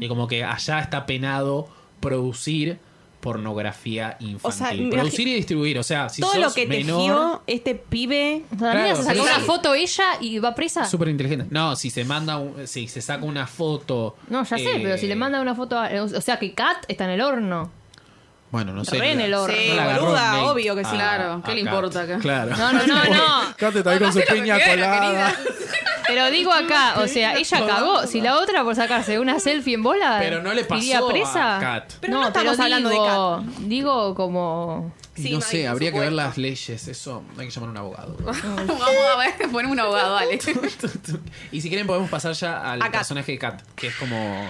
Y como que allá está penado producir pornografía infantil. imagi- producir y distribuir, o sea, si Todo sos lo que menor, tejió este pibe. O sea, la mina Claro, se sacó pero una sí. foto ella y va presa. Súper inteligente. No, si se manda, un- si se saca una foto. No, ya sé, eh, pero si le manda una foto a- O sea, que Kat está en el horno. Bueno, no sé. Re en el horno. No Sí, la agarró boluda, Nate obvio que sí. Claro, ¿qué le Kat. importa acá? Claro. No, no, no, no. Cate está ahí con su piña colada. Pero digo acá, o sea, ella cagó. Si la otra por sacarse una selfie en bola. Pero no le pasó iría presa. a Kat. Pero no estamos hablando de de Kat. Digo como. Sí, no Mike, sé, por habría que ver supuesto. las leyes. Eso hay que llamar a un abogado. Vamos a ver, ponemos un abogado, dale. y si quieren, podemos pasar ya al A Kat. personaje de Kat, que es como.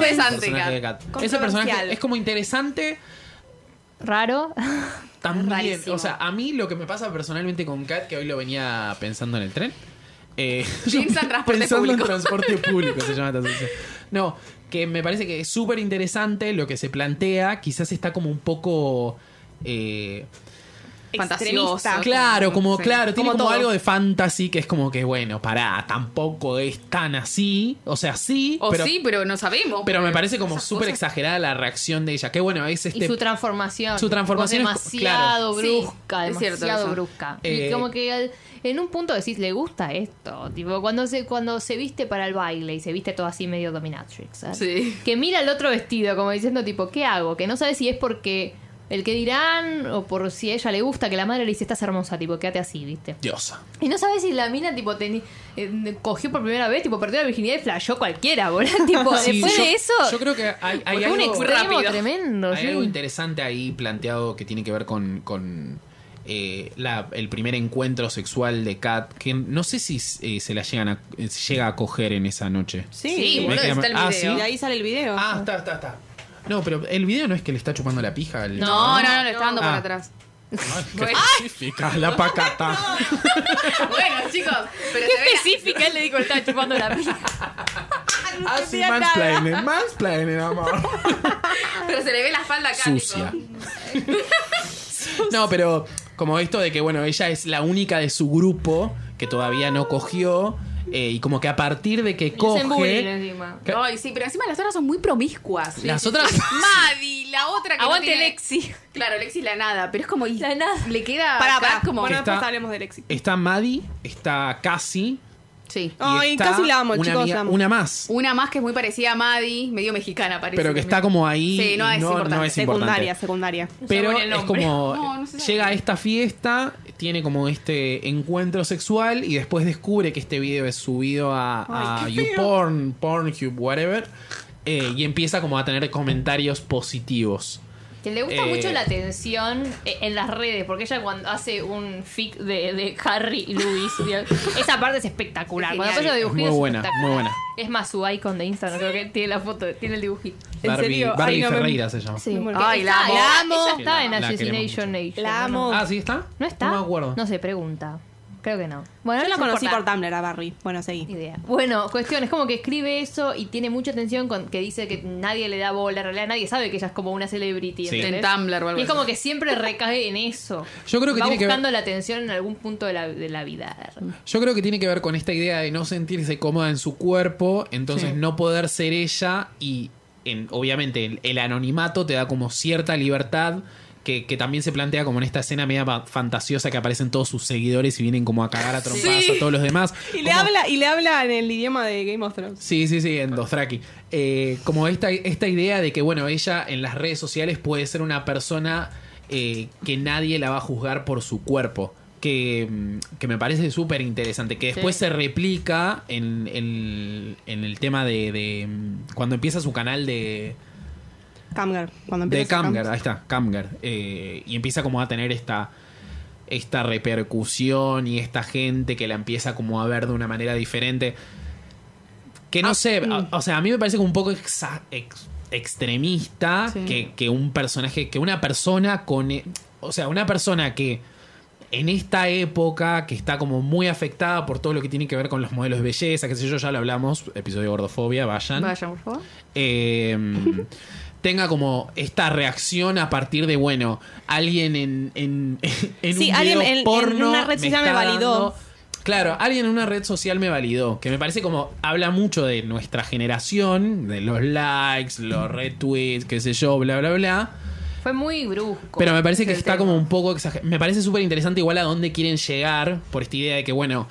gusta el Interesante, personaje de Kat. Ese Controversial. personaje es como interesante. Raro. También, Rarísimo. o sea, a mí lo que me pasa personalmente con Kat, que hoy lo venía pensando en el tren. eh, yo Piensa en transporte pensando público. en transporte público, se llama esta sección. No, que me parece que es súper interesante lo que se plantea. Quizás está como un poco. eh, Fantasioso. Extremista. claro, como, sí. claro, tiene Como como todo. algo de fantasy que es como que, bueno, pará, tampoco es tan así. O sea, sí, O pero, sí, pero no sabemos. pero me parece como Esas súper cosas. exagerada la reacción de ella. Que bueno, es Y este. su transformación. Su transformación Como es- demasiado claro. brusca, Sí, es cierto demasiado eso. brusca. Eh, y como que al- en un punto decís, le gusta esto. Tipo, cuando se, cuando se viste para el baile y se viste todo así medio dominatrix. ¿sabes? Sí. Que mira el otro vestido, como diciendo, tipo, ¿qué hago? Que no sabe si es porque el que dirán, o por si a ella le gusta, que la madre le dice, estás hermosa, tipo, quédate así, ¿viste? Diosa. Y no sabes si la mina, tipo, teni- eh, cogió por primera vez, tipo, perdió la virginidad y flashó cualquiera, boludo. tipo, Sí, después yo- de eso. Yo creo que hay, hay fue algo, un extremo rápido. tremendo, hay sí. algo interesante ahí planteado que tiene que ver con, con, eh, la- el primer encuentro sexual de Kat, que no sé si eh, se la llegan a, eh, llega a coger en esa noche. Sí, Sí, sí. boludo, Me está el queda- ah, Y video. de ahí sale el video. Ah, está, está, está. No, pero el video no es que le está chupando la pija. al- No, no, no, le está dando por Ah. atrás. Ay, qué específica, la pacata. bueno, chicos, pero se ve la- específica, él le dijo, estaba chupando la pija. Así mansplaining, mansplaining, amor. pero se le ve la espalda acá. Sucia. tipo. No, pero como esto de que, bueno, ella es la única de su grupo que todavía no cogió. eh, y como que a partir de que coge. bullying encima. ¿Qué? Ay, sí, pero encima las otras son muy promiscuas. Las otras. Madi, la otra que no Aguante, tiene- Lexi. Claro, Lexi la nada, pero es como y- La nada. le queda Pará, acá pará. como Bueno, Está- después hablemos del éxito. Está Maddie, está Cassie. y sí. Ay, está Cassie la amo, una chicos, amiga- la amo. Una más. Una más que es muy parecida a Maddie, medio mexicana parece. Pero que está también. como ahí. Sí, no y es importante. no es importante. secundaria, secundaria. Pero pone el es nombre. como. No, no se sabe. llega a esta fiesta, tiene como este encuentro sexual y después descubre que este video es subido a, a Ay, qué feo. YouPorn, Pornhub, whatever. eh, y empieza como a tener comentarios positivos. Que le gusta Eh. mucho la atención eh, en las redes, porque ella cuando hace un fic de, de Harry y Luis, esa parte es espectacular. Es Cuando apoya genial. Es dibujitos muy es buena, espectacular. muy buena. Es más su icon de Instagram, creo que tiene la foto, tiene el dibujito. ¿En Barbie, serio? Barbie Ay, no me- Ferreira se llama. Sí. Porque Ay, la amo. ella- amo. ella está Sí, en la- la Assassination queremos Nation. La ¿o no? amo. Ah, ¿sí está? ¿No está? No me acuerdo. No se pregunta. Creo que no. Bueno, Yo no la es conocí por importante. Tumblr a Barry. Bueno, seguí. Idea. Bueno, cuestión, es como que escribe eso y tiene mucha atención con que dice que nadie le da bola, en realidad nadie sabe que ella es como una celebrity. Sí. ¿entendés? En Tumblr o algo Y es así. como que siempre recae en eso. Yo creo que Va tiene que ver- buscando la atención en algún punto de la, de la vida. Yo creo que tiene que ver con esta idea de no sentirse cómoda en su cuerpo, entonces no poder ser ella y en- obviamente el, el anonimato te da como cierta libertad que, que también se plantea como en esta escena media fa- fantasiosa que aparecen todos sus seguidores y vienen como a cagar a trompadas a todos los demás. Y le, Como- habla, y le habla en el idioma de Game of Thrones. Sí, sí, sí, en Dothraki. Eh, como esta, esta idea de que, bueno, ella en las redes sociales puede ser una persona eh, que nadie la va a juzgar por su cuerpo. Que, mm, que me parece súper interesante. Que después se replica en, en- en el tema de, de, mm, Cuando empieza su canal de. Camgar. Cuando De empieza su Kamgar, ahí está, Kamgar. Eh, y empieza como a tener esta esta repercusión y esta gente que la empieza como a ver de una manera diferente. Que Ah, no sé, a- o sea, a mí me parece como un poco exa- ex- extremista Sí. que, que un personaje, que una persona con... e- O sea, una persona que en esta época que está como muy afectada por todo lo que tiene que ver con los modelos de belleza, que sé yo, ya lo hablamos, episodio de gordofobia, Vayan, por favor. eh, tenga como esta reacción a partir de, bueno, alguien en, en, en Sí, un alguien video en- en porno una red social me está validó. dando- Claro, alguien en una red social me validó, que me parece como habla mucho de nuestra generación, de los likes, los retweets, qué sé yo, bla, bla, bla. Fue muy brusco. Pero me parece que el está tema. como un poco exagerado. Me parece súper interesante igual a dónde quieren llegar por esta idea de que, bueno,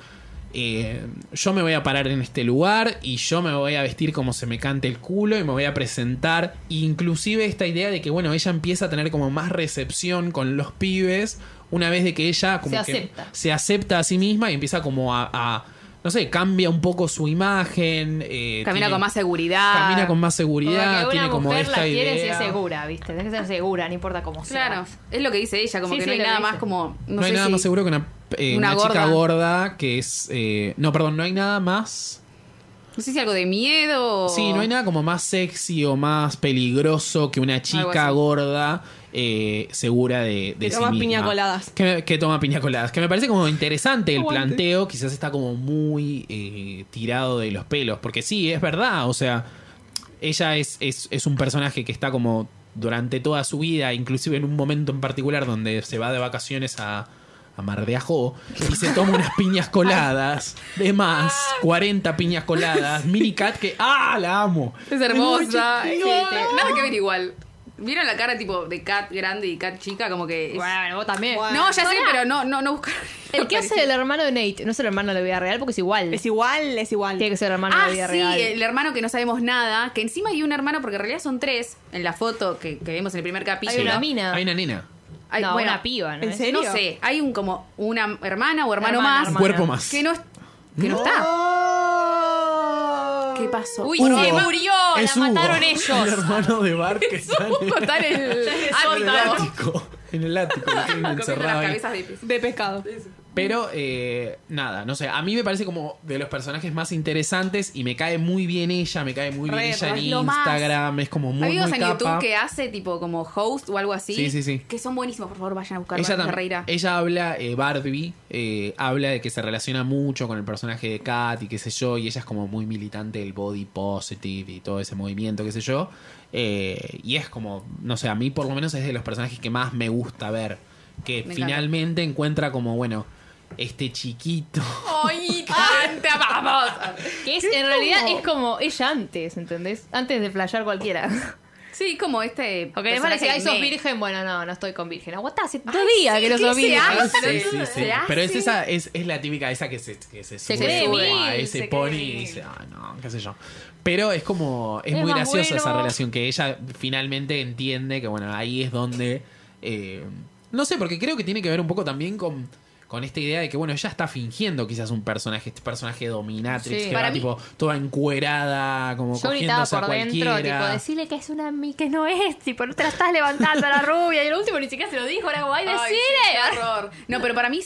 eh, yo me voy a parar en este lugar y yo me voy a vestir como se me cante el culo y me voy a presentar. Inclusive esta idea de que, bueno, ella empieza a tener como más recepción con los pibes una vez de que ella como Se que acepta. se acepta a sí misma y empieza como a... a, no sé, cambia un poco su imagen. eh, Camina tiene- con más seguridad. Camina con más Como seguridad. que tiene una como mujer esta la idea. quiere si es segura, ¿viste? Tienes que ser segura, no importa cómo sea. Claro, es lo que dice ella, como Sí, que sí, no hay lo que nada dice. más como. No, No, sé hay nada si- más seguro que una, eh, una una chica gorda. gorda que es. eh, no, perdón, no hay nada más. No sé si algo de miedo. o- Sí, no hay nada como más sexy o más peligroso que una chica así. gorda eh, segura de, de Que sí toma misma. piña coladas. Que, que toma piña coladas. Que me parece como interesante el Aguante. planteo. Quizás está como muy eh, tirado de los pelos. Porque sí, es verdad. O sea, ella es, es, es un personaje que está como durante toda su vida, inclusive en un momento en particular donde se va de vacaciones a, a Mar de Ajó y se toma unas piñas coladas, de más, 40 piñas coladas, mini cat que, ¡ah, la amo! Es hermosa. Es muy sí, chiquita. te- Nada que ver igual. ¿Vieron la cara tipo de cat grande y cat chica? Como que. es- Bueno, vos también. No, ya sé, Pará. pero no, no, no buscaron. El que hace el hermano de Nate no es el hermano de la vida real porque es igual. Es igual, es igual. Tiene que ser el hermano de Ah, la vida sí, real. el hermano que no sabemos nada. Que encima hay un hermano, porque en realidad son tres. En la foto que, que vemos en el primer capítulo. Hay una mina. Hay una nena. Hay- no, bueno, una piba, ¿no? ¿En es? serio? No sé, hay un como una hermana o Hermana, hermano más. Un hermana. cuerpo más. Que no, es- que no está. ¿Qué pasó? Uy, Hugo. se murió, Es la Hugo, mataron ellos. El hermano de Bart que está en el, Está en el en el sótano. ático. En el ático, lo tienen Comiendo encerrado las ahí. cabezas de pez. De pescado. Pero eh, nada, no sé, a mí me parece como de los personajes más interesantes y me cae muy bien ella, me cae muy bien Re, ella en es lo más. Instagram, es como muy, Hay videos muy en capa. YouTube que hace tipo como host o algo así. Sí, sí, sí. Que son buenísimos, por favor, vayan a buscar Ella, Barbie tam- Ferreira. ella habla, eh, Barbie, eh, habla de que se relaciona mucho con el personaje de Kat y qué sé yo, y ella es como muy militante del body positive y todo ese movimiento, qué sé yo. Eh, y es como, no sé, a mí por lo menos es de los personajes que más me gusta ver, que encanta. finalmente encuentra como, bueno, este chiquito. ¡Ay, tanta! ¡Vamos! Que es, en realidad es como ella antes, ¿entendés? Antes de flashear cualquiera. Sí, como este. Porque además le decía, ay, personaje sos de- virgen. Bueno, no, no estoy con virgen. Aguantá, hace dos Ay, días sí, que no ¿qué sos se virgen. hace? Sí, sí, sí. Se hace. Pero es esa, es, es la típica esa que se, que se Se sube cree como mil, a ese se pony cree y mil. dice, ah, no, qué sé yo. Pero es como, es, Es muy más graciosa esa bueno. relación que ella finalmente entiende que, bueno, ahí es donde, eh, no sé, porque creo que tiene que ver un poco también con, con esta idea de que, bueno, ella está fingiendo quizás un personaje, este personaje dominatrix, Sí. que Para va mí- tipo toda encuerada, como Yo gritaba cogiéndose a por dentro, cualquiera. tipo, decirle que es una mi, que no es, tipo, no te la estás levantando a la rubia. Y el último ni siquiera se lo dijo, era como, ay, Ay, sí, qué decile. horror. No, pero para mí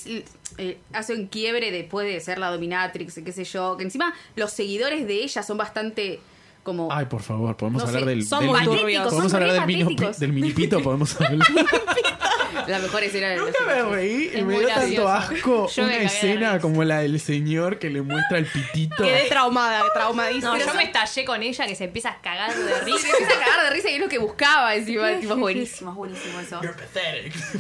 eh, hace un quiebre después de ser la dominatrix, qué sé yo. Que encima los seguidores de ella son bastante como. Ay, por favor, podemos No hablar sé, del... son del muy mini- turbios. Podemos Son hablar re del, mini, patéticos. del minipito, podemos hablar. la mejor escena de la Nunca me reí y Es me muy dio tanto gracioso. asco Yo me una cagué de escena risa. como la del señor que le muestra el pitito. Quedé traumada, traumadísima. No, yo me estallé con ella que se empieza a cagar de Y se risa. empieza a cagar de risa y es lo que buscaba encima. Tipo, es buenísimo, es buenísimo eso.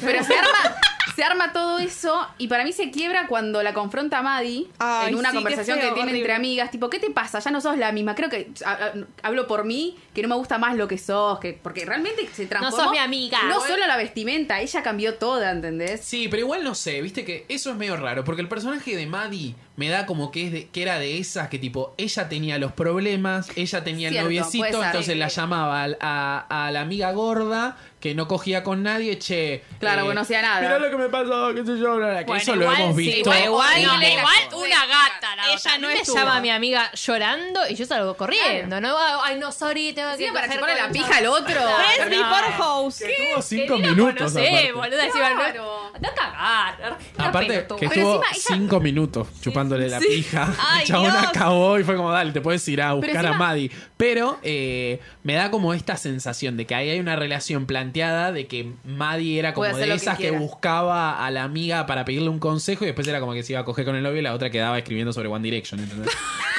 Pero se arma, se arma todo eso y para mí se quiebra cuando la confronta a Maddie Ay, en una sí, conversación qué feo, que tiene horrible. entre amigas. Tipo, ¿qué te pasa? Ya no sos la misma. Creo que a- a- hablo por mí, que no me gusta más lo que sos. Que, porque realmente se transformó. sos mi amiga. No Bueno. solo la vestimenta, ella cambió toda, ¿entendés? Sí, pero igual no sé, viste que eso es medio raro, porque el personaje de Maddie me da como que, es de- que era de esas que tipo, ella tenía los problemas, ella tenía Cierto, el puede noviecito, ser. entonces la llamaba al- a, a la amiga gorda que no cogía con nadie, che. eh, Claro, que no hacía nada. Mirá lo que me pasó, qué sé yo, bla, bla, que Bueno, eso igual, lo hemos sí, visto. Igual, Horrible. horrible, igual una Sí. gata. La Ella otra. A mí no me estuvo. llama a mi amiga llorando y yo salgo corriendo. No, ay, no, sorry, tengo Sí, que para coger chuparle con la ella. pija al otro. Friends No. before house. Tuvo cinco Que ni lo minutos. conocés, aparte. pues, boluda, encima, no- Claro. Anda a cagar. una Aparte, pelotuda. que Pero estuvo encima ella- cinco minutos chupándole la pija. Ay, el chabón Dios. acabó y fue como, dale, te puedes ir a buscar a encima- Maddie. Pero eh, me da como esta sensación de que ahí hay una relación planteada de que Maddie era Puede como hacer de lo que esas que, quiera. buscaba a la amiga para pedirle un consejo y después era como que se iba a coger con el novio y la otra quedaba escribiendo sobre One Direction, ¿entendés?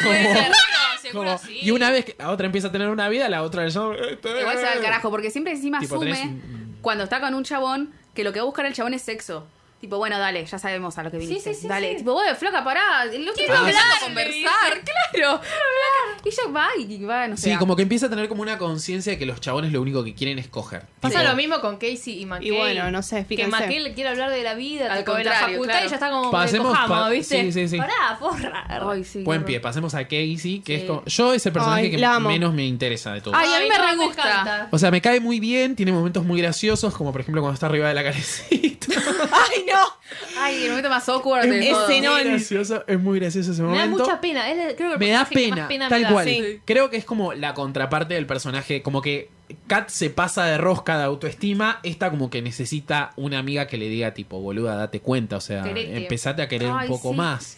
Como- como- Y una vez que la otra empieza a tener una vida, la otra... Igual Igual se va al carajo, porque siempre encima Eh. Tipo, asume, tenés un- cuando está con un chabón, que lo que va a buscar el chabón es sexo. Tipo, bueno, dale, ya sabemos a lo que viniste. sí, sí, dale. sí. Tipo, bueno, floca, pará. El otro hablar, empezando a le conversar, claro. Y ella va y va, no sé. Sí, a- como que empieza a tener como una conciencia de que los chabones lo único que quieren es coger. Pasa Tipo, lo mismo con Casey y McKay. Y bueno, no sé, Que fíjense. McKay le quiere hablar de la vida, Al tipo, de la contrario, facultad claro. y ya está como Pasemos que cojamos, pa- ¿viste? sí, sí, sí. Pará, forra. Ay, sí, Buen qué pie, horror. pasemos a Casey, que es Sí. como... Yo es el personaje Ay, que la amo. menos me interesa de todo. Ay, a mí me no, re gusta. encanta. O sea, me cae muy bien, tiene momentos muy graciosos, como por ejemplo cuando está arriba de la carecita. ¡Ay, no! Ay, el momento más awkward de Ese todo. no- Es muy gracioso, es muy gracioso ese Me da momento. mucha pena. es el- creo que el Me da personaje que pena, más pena tal me da. cual. sí. Creo que es como la contraparte del personaje, como que Kat se pasa de rosca de autoestima, esta como que necesita una amiga que le diga tipo, boluda, date cuenta, o sea, Querete. empezate a querer Ay, un poco sí. más.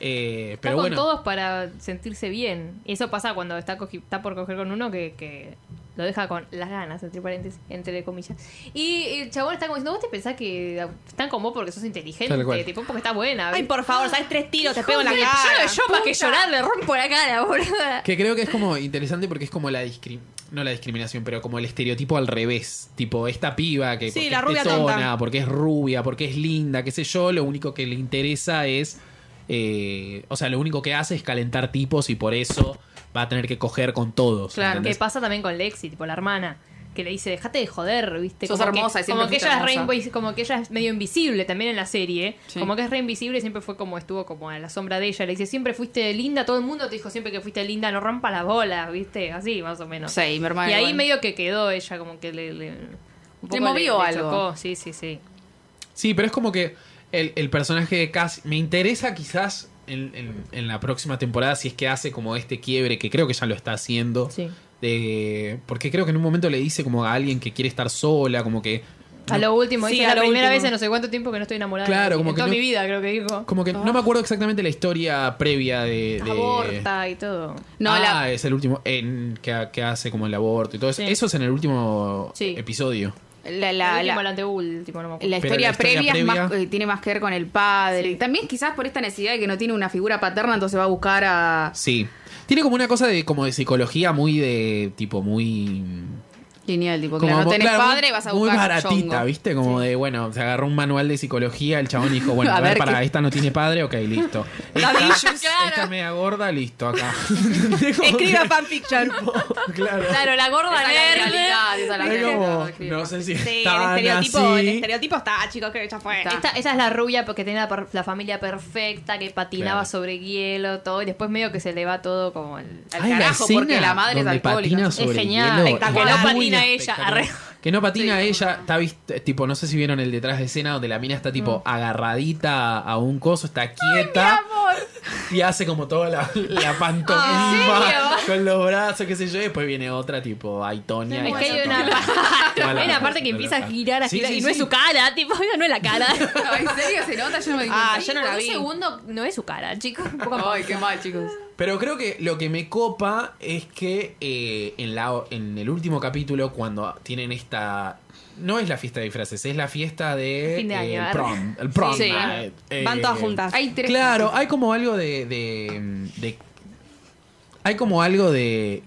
Eh, Está pero con bueno. todos para sentirse bien. Y eso pasa cuando está, cogi- está por coger con uno que, que lo deja con las ganas, entre paréntesis, entre comillas. Y el chabón está como diciendo, vos te pensás que están con vos porque sos Tal cual. inteligente, tipo porque estás buena. Ay, por favor, sabes tres tiros, te pego en la Joder, cara. Yo, yo más que llorar le rompo la cara, boludo. Que creo que es como interesante porque es como la discrim- no la discriminación, pero como el estereotipo al revés. Tipo, esta piba que Sí, porque la es rubia tonta. tetona, porque es rubia, porque es linda, qué sé yo, lo único que le interesa es. eh, o sea, lo único que hace es calentar tipos y por eso va a tener que coger con todos. Claro. ¿entendés? Que pasa también con Lexi, tipo la hermana. que le dice, dejate de joder, ¿viste? Sos como hermosa y que, siempre como que fuiste ella es re hermosa. invi- como que ella es medio invisible también en la serie. Sí. Como que es re invisible, siempre fue como estuvo como a la sombra de ella. Le dice, siempre fuiste linda, todo el mundo te dijo siempre que fuiste linda, no rompa las bolas, ¿viste? Así, más o menos. Sí, mi hermano Y ahí igual. medio que quedó ella, como que le... le- un poco movió algo. chocó. Sí, sí, sí. Sí, pero es como que el, el personaje de Cass me interesa quizás en, en- en la próxima temporada si es que hace como este quiebre, que creo que ya lo está haciendo. Sí. De, porque creo que en un momento le dice como a alguien que quiere estar sola, como que... A lo último, Sí, dice, a la lo primera último. vez en no sé cuánto tiempo que no estoy enamorada. de Claro, alguien. como En que toda no- mi vida, creo que dijo. Como que no me acuerdo exactamente la historia previa de... de- Aborta y todo. No, ah, la- es el último en, que, que hace como el aborto y todo eso. Sí. Eso es en el último Sí. episodio. La, la- la- última, la- la anteúltima, no me acuerdo. la Pero historia, la historia previa, es más- previa- eh, tiene más que ver con el padre. Sí. También quizás por esta necesidad de que no tiene una figura paterna, entonces va a buscar a Sí. Tiene como una cosa de como de psicología muy de tipo muy lineal, tipo, claro, no muy- tenés claro, muy- padre, vas a Muy buscar baratita, chongo. ¿viste? Como de, bueno, se agarró un manual de psicología, el chabón dijo, bueno, A a ver, ver para qué- esta no tiene padre, ok, listo. Esta, esta media gorda, listo, acá. Escriba fanfiction. claro. Claro, la gorda Esa es la nerd. realidad, esa es la Es realidad. como, Escribe. no sé si Sí, es el tan estereotipo, el así. estereotipo está, chicos, que ya fue. Está. Esta, esa es la rubia porque tenía la, per- la familia perfecta, que patinaba Claro. sobre hielo, todo, y después medio que se le va todo como el... Al Ay, la carajo, escena porque la madre es donde alcohólica. patina sobre Es genial, hielo, espectacular. es Que no muy patina ella, espectacular. arre. Que no patina ella, está vist- tipo, no sé si vieron el detrás de escena donde la mina está tipo Mm. agarradita a un coso, está quieta. Y hace como toda la, la pantomima con los brazos, qué sé yo. Y después viene otra tipo Aitonia. Es y que hay hace una, toda parte- toda la- hay una parte toda Ah, que la empieza a cara. girar, a Sí, girar, sí, y no es sí. su cara, tipo, no es la cara. No, ¿En serio se nota? Yo no me di Ah, cuenta. yo no la Un vi. segundo, no es su cara, chicos. Un poco Ay, qué mal, chicos. Pero creo que lo que me copa es que eh, en, la, en el último capítulo, cuando tienen esta. No es la fiesta de disfraces, es la fiesta de. Fin de eh, año, el prom. El prom. Sí. night. Van Eh, todas juntas. Hay tres. Claro, hay como algo de, de- de- Hay como algo de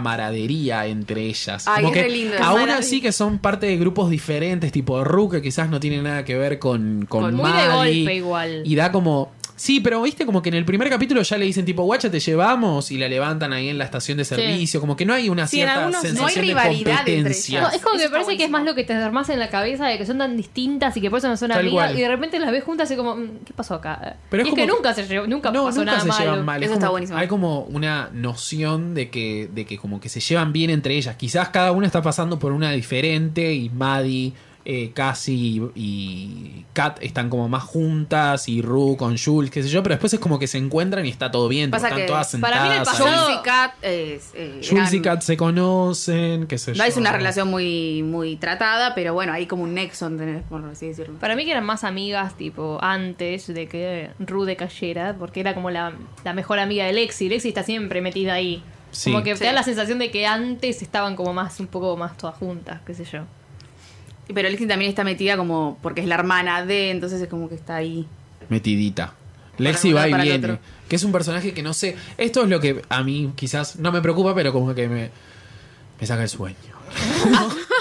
camaradería entre ellas. Ay, Como es que re lindo. Aún Camaradería. así que son parte de grupos diferentes, tipo Ru, que quizás no tiene nada que ver con, con, Con- muy de Maddie, golpe igual. Y da como... Sí, pero viste como que en el primer capítulo ya le dicen tipo, guacha, te llevamos y la levantan ahí en la estación de servicio. Como que no hay una Sí, en cierta algunos- no hay sensación de rivalidad entre competencia. ellas. No, es como Eso que está parece que es buenísimo. más lo que te armás en la cabeza de que son tan distintas y que por eso no son Tal amigas cual. y de repente las ves juntas y como, mm, ¿qué pasó acá? Pero y es es que como- nunca se llevó, nunca no, pasó nunca nada se malo. llevan mal. Es Eso como- está buenísimo. Hay como una noción de que, de que como que se llevan bien entre ellas. Quizás cada una está pasando por una diferente y Maddie, eh, Cassie y, y Kat están como más juntas y Rue con Jules, qué sé yo, pero después es como que se encuentran y está todo bien. Pasa están que todas sentadas. para mí en el ahí. pasado- Jules y Kat es, eh, Jules y eran- Kat se conocen, qué sé yo. No es una relación muy, muy tratada, pero bueno, hay como un nexo, ¿entendés? por así decirlo. Para mí que eran más amigas, tipo, antes de que Rude cayera, porque era como la, la mejor amiga de Lexi. Lexi está siempre metida ahí. Sí. Como que Sí. te da la sensación de que antes estaban como más, un poco más todas juntas, qué sé yo. Pero Lexi también está metida como porque es la hermana de, entonces es como que está ahí. metidita. Lexi un lado, va y para el viene. otro. Que es un personaje que no sé. Esto es lo que a mí quizás no me preocupa, pero como que me, me saca el sueño.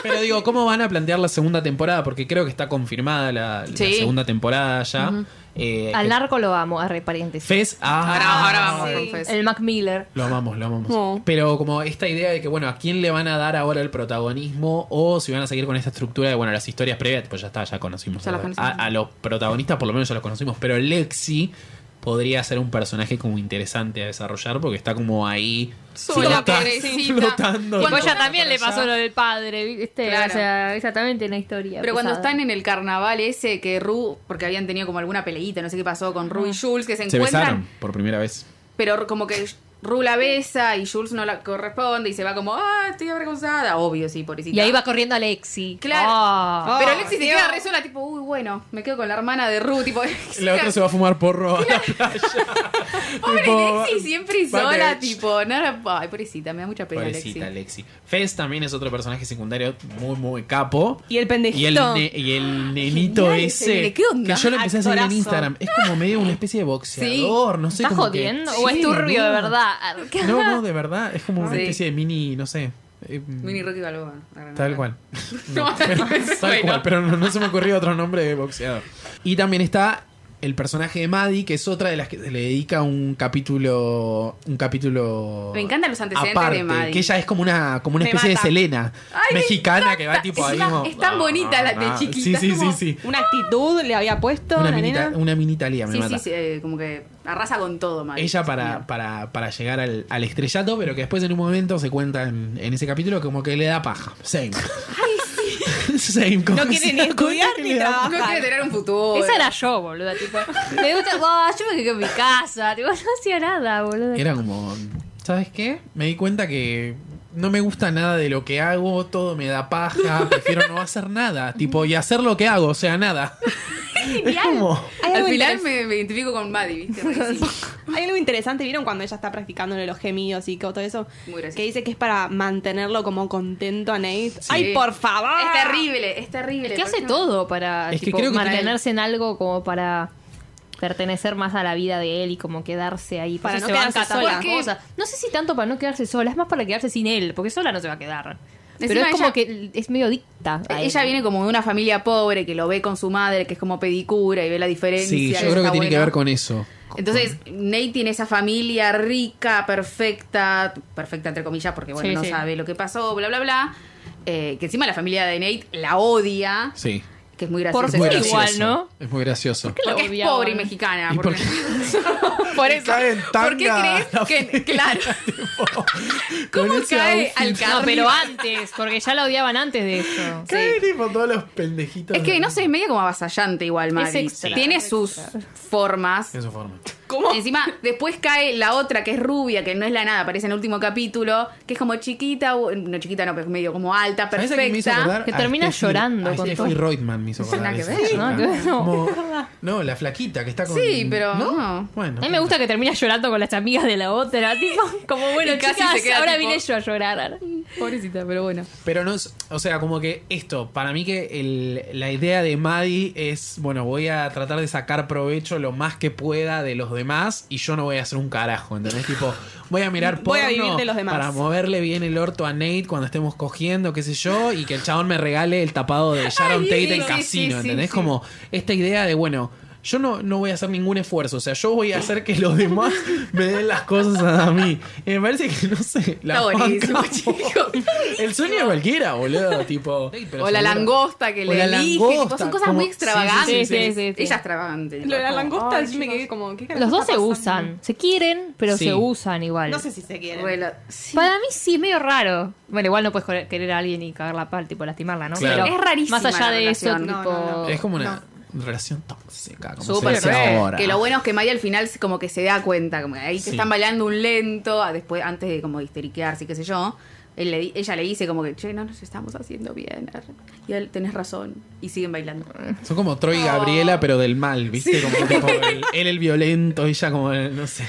pero digo, ¿cómo van a plantear la segunda temporada? Porque creo que está confirmada la, la Sí. segunda temporada ya. Eh, Al que- narco lo amo, arre paréntesis. Fez. ah, Ahora, ahora vamos con Fez. El Mac Miller. Lo amamos, lo amamos. No. Pero como esta idea de que, bueno, ¿a quién le van a dar ahora el protagonismo? O si van a seguir con esta estructura de, bueno, las historias previas, pues ya está, ya conocimos. Ya a, las conocimos. a- a los protagonistas por lo menos ya los conocimos. Pero Lexi podría ser un personaje como interesante a desarrollar porque está como ahí Sola, flota- pobrecita. flotando. Tipo, Cuando- ella también le pasó lo del padre, ¿viste? O Claro. sea, ella también tiene una historia. Pero cuando pesada. están en el carnaval ese que Ru, porque habían tenido como alguna peleita, no sé qué pasó con Ru y Jules, que se Se encuentran, besaron por primera vez. pero como que Ru la besa y Jules no la corresponde y se va como, ah, estoy avergonzada. Obvio, sí, pobrecita. Y ahí va corriendo Alexi. Claro. Ah. Pero Oh, Lexi se Dios. queda re sola, tipo, uy, bueno, me quedo con la hermana de Ru, tipo. La otra se va a fumar porro a la playa. Pobre Tipo, Lexi, siempre va a sola, tener- tipo, nada, ay, pobrecita, me da mucha pena Lexi. Pobrecita Lexi. Fez también es otro personaje secundario muy, muy capo. Y el pendejito. Y el, ne- y el nenito Genial ese ese. nene, ¿qué onda? Que yo lo empecé a seguir Actorazo. en Instagram. Es como medio una especie de boxeador. No sé ¿Estás como que- jodiendo? ¿O Sí, es turbio no. de verdad? Arre. No, no, de verdad. Es como una Sí. especie de mini, no sé. eh, Mini Rocky Balboa. la Tal verdad. cual. No, Tal bueno. cual, pero no, no se me ocurrió otro nombre de boxeador. Y también está el personaje de Maddie, que es otra de las que se le dedica un capítulo. Un capítulo. Me encantan los antecedentes aparte, de Maddie. Que ella es como una, como una Me especie de mata. Selena Ay, me mexicana que va encanta. tipo ahí. Encima como- es tan bonita la de Ah, chiquita, Sí, es sí, como- sí, sí. Una actitud le había puesto Una la minita, nena. una minita Lía, me Sí, mata. sí, sí, eh, como que arrasa con todo, Maddie. Ella para, para, para llegar al, al estrellato, pero que después en un momento se cuenta en, en ese capítulo como que le da paja. Same. Same. como No que quiere se ni da cuenta estudiar que ni le da trabajar. No quiere tener un futuro. Esa era yo, boluda. Tipo, me gusta. "Buah, yo me quedé en mi casa. Tipo, no hacía nada, boluda. Era como, ¿sabes qué? Me di cuenta que no me gusta nada de lo que hago, todo me da paja, prefiero no hacer nada, tipo, y hacer lo que hago, o sea, nada. Es como, Hay Al algo final interes- me, me identifico con Maddie, ¿viste? Re, sí. Hay algo interesante, ¿vieron cuando ella está practicando lo de los gemidos y que- todo eso? Muy gracioso. que dice que es para mantenerlo como contento a Nate. ¡Ay, Sí. por favor! Es terrible, es terrible. Es que hace Porque- todo para Es que tipo, creo que mantenerse en algo como para pertenecer más a la vida de él y como quedarse ahí. Por Para eso no se quedarse banca tantas sola. Porque- cosas. No sé si tanto para no quedarse sola, es más para quedarse sin él, porque sola no se va a quedar. Pero Encima es como ella- que es medio dicta. a Ella él. viene como de una familia pobre que lo ve con su madre, que es como pedicura y ve la diferencia. sí, yo y creo que está tiene que bueno. ver con eso. Entonces, Nate tiene esa familia rica, perfecta, perfecta entre comillas, porque bueno, Sí, no sí. sabe lo que pasó, bla, bla, bla. Eh, que encima la familia de Nate la odia, Sí. que es muy gracioso. ¿Por Es muy qué eso. gracioso. igual, no? Es muy gracioso. la Porque es odiaban? pobre y mexicana. ¿Y por porque- Por eso. Cae en ¿Por qué tanga la crees que.? Claro. ¿Cómo Con ese cae al outfit. carro? No, pero antes, porque ya la odiaban antes de eso. Cae tipo todos los pendejitos. Es que no sé, es media como avasallante igual, Maddie. extra, Tiene es sus formas. En su forma. Encima, después cae la otra que es rubia, que no es la nada, aparece en el último capítulo, que es como chiquita, o- no chiquita, no, pero es medio como alta, ¿Sabés a quién me hizo perfecta. acordar? que A termina Steffi- llorando A con Steffi todo. Reutemann me hizo acordar. Nada que esa ver, chica. nada que ver, no. Como- no, la flaquita que está con... Sí, pero no. Bueno. A mí me gusta que termina llorando con las amigas de la otra, tipo, como bueno, Y casi chicas, se queda ahora tipo- vine yo a llorar. Pobrecita, pero bueno. Pero no es, o sea, como que esto, para mí que el- la idea de Maddie es, bueno, voy a tratar de sacar provecho lo más que pueda de los demás y yo no voy a hacer un carajo, ¿entendés? Tipo, voy a mirar Voy porno a vivir de los demás. para moverle bien el orto a Nate cuando estemos cogiendo, qué sé yo, y que el chabón me regale el tapado de Sharon Ay, Tate sí, en sí, casino, sí, sí, ¿entendés? sí. Como esta idea de, bueno... Yo no, no voy a hacer ningún esfuerzo, o sea, yo voy a hacer que los demás me den las cosas a mí. Y me parece que, no sé, la Está buenísimo, bancamos. chicos. El sueño de cualquiera, boludo, tipo. O la langosta que O le la elige, langosta, tipo, son cosas como- muy sí, sí, extravagantes. sí, sí, sí, sí. Ella es extravagante. Lo de la Como, langosta, ay, yo me chicos, quedé como. ¿qué carajo Los dos está se pasando? usan, se quieren, pero Sí. se usan igual. No sé si se quieren. rela- sí. Para mí sí, medio raro. Bueno, igual no puedes co- querer a alguien y cagarla pal, tipo lastimarla, ¿no? Claro. Es rarísima Más allá la de eso, relación. tipo. No, no, Es como una relación tóxica, como Súper se dice re, ahora. Que lo bueno es que Maya al final se- como que se da cuenta, como que ahí Sí. te están bailando un lento, a después antes de como histeriquearse, qué sé yo. él le di- ella le dice como que, che, no nos estamos haciendo bien. arre". Y él, tenés razón. Y siguen bailando. Son como Troy y Gabriela, pero del mal, ¿viste? Como tipo, el- él el violento, ella como, el- no sé,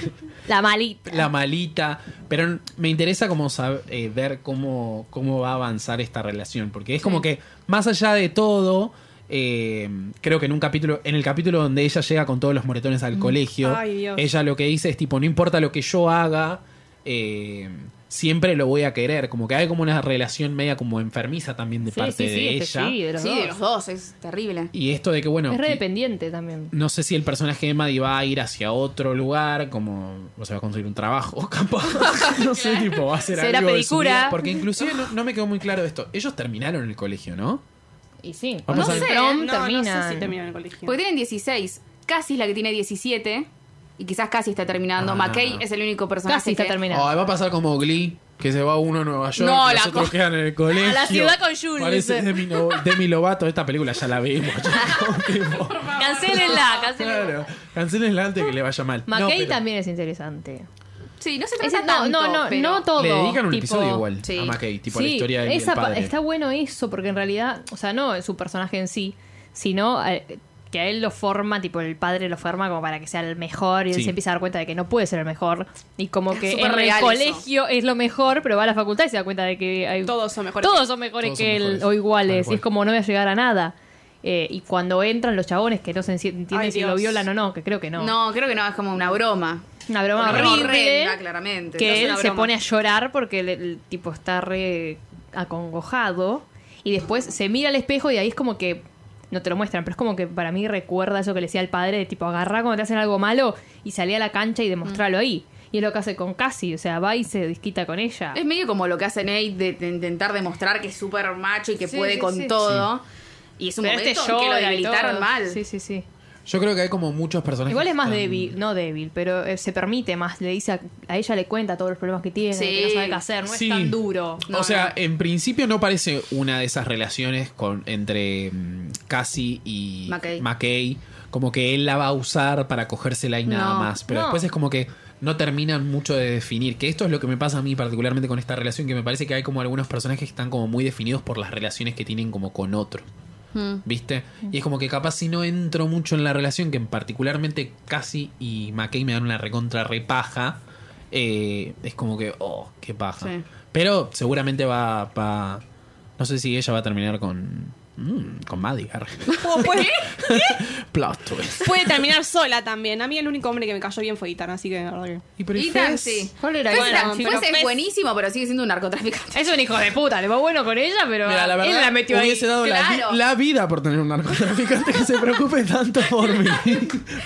La malita. la malita. Pero me interesa como sab- eh, ver cómo, cómo va a avanzar esta relación. Porque es como que, más allá de todo. eh, creo que en un capítulo, en el capítulo donde ella llega con todos los moretones Mm. al colegio, Ay, Dios. ella lo que dice es tipo, no importa lo que yo haga, eh, siempre lo voy a querer. Como que hay como una relación media como enfermiza también de Sí, parte sí, de sí, este ella. sí, de los Sí, dos. de los dos, es terrible. Y esto de que, bueno, Es re que- dependiente también. no sé si el personaje de Maddie va a ir hacia otro lugar, como, o sea, va a conseguir un trabajo, capaz. No sé, tipo, va a hacer Será algo de su pedicura. vida. Porque inclusive no, no me quedó muy claro esto. Ellos terminaron el colegio, ¿no? Y sí, Vamos cuando a- el No sé, prom No, termina. no sé si terminan el colegio. Porque tienen 16. Cassie es la que tiene 17. Y quizás Cassie está terminando. Ah. McKay es el único personaje Casi está que- terminando. Ay, va a pasar como Glee, que se va uno a Nueva York, No, y los la otros co- quedan en el colegio. A la ciudad con Jules. Parece Demi, No- Demi Lovato, esta película ya la vimos. Ah. Cancélenla, cancélenla. Claro, cancelenla antes que le vaya mal. No, McKay pero también es interesante. Sí, no se Ese- trata no, tanto, no, no, pero- no todo. Le dedican un tipo- episodio igual sí. a McKay, tipo a la Sí, historia de esa pa- padre. Está bueno eso, porque en realidad, o sea, no su personaje en sí, sino eh, que a él lo forma, tipo el padre lo forma como para que sea el mejor y él Sí. se empieza a dar cuenta de que no puede ser el mejor. Y como Es que súper en el real eso. colegio es lo mejor, pero va a la facultad y se da cuenta de que hay... Todos son mejores. Todos son mejores Todos son que él mejores, o tal iguales. Y cual. es como no voy a llegar a nada. Eh, y cuando entran los chabones que no se enci- entienden Ay, si Dios. lo violan o no, que creo que no. No, creo que no, es como una broma. Una broma Una broma horrible. horrenda, claramente. No es Que una él se broma. pone a llorar porque el, el tipo está re acongojado. Y después se mira al espejo y ahí es como que no te lo muestran, pero es como que para mí recuerda eso que le decía el padre de tipo agarrar cuando te hacen algo malo y salí a la cancha y demostrarlo Mm. ahí. Y es lo que hace con Cassie, o sea, va y se disquita con ella. Es medio como lo que hace Nate de, de intentar demostrar que es súper macho y que Sí, puede sí, con sí. todo. Y es un Pero momento este en que lo llora y debilitaron todo. mal. Sí, sí, sí. Yo creo que hay como muchos personajes. Igual es más que están- débil, no débil, pero eh, se permite más. Le dice a, a ella le cuenta todos los problemas que tiene, Sí. que no sabe qué hacer, no Sí. es tan duro. o sea, en principio no parece una de esas relaciones con, entre mm, Cassie y McKay. Como que él la va a usar para cogérsela y nada No, más. Pero no. después es como que no terminan mucho de definir. Que esto es lo que me pasa a mí particularmente con esta relación. Que me parece que hay como algunos personajes que están como muy definidos por las relaciones que tienen como con otro. Mm. ¿Viste? Y es como que capaz si no entro mucho en la relación, que en particularmente Cassie y McKay me dan una recontra repaja, eh, es como que, oh, qué paja. Sí. Pero seguramente va, va- No sé si ella va a terminar con. mm, con Maddie. arre. O puede, Plot twist. puede terminar sola también. A mí el único hombre que me cayó bien fue Itan, así que la verdad que- Y, Y Ethan, sí. ¿Cuál era? Fez Bueno, era- chico, Fez es Fez- buenísimo, pero sigue siendo un narcotraficante. Es un hijo de puta, le va bueno con ella, pero Mira, la verdad, él la metió ahí. hubiese dado la vi- claro. la, vida por tener un narcotraficante que se preocupe tanto por mí.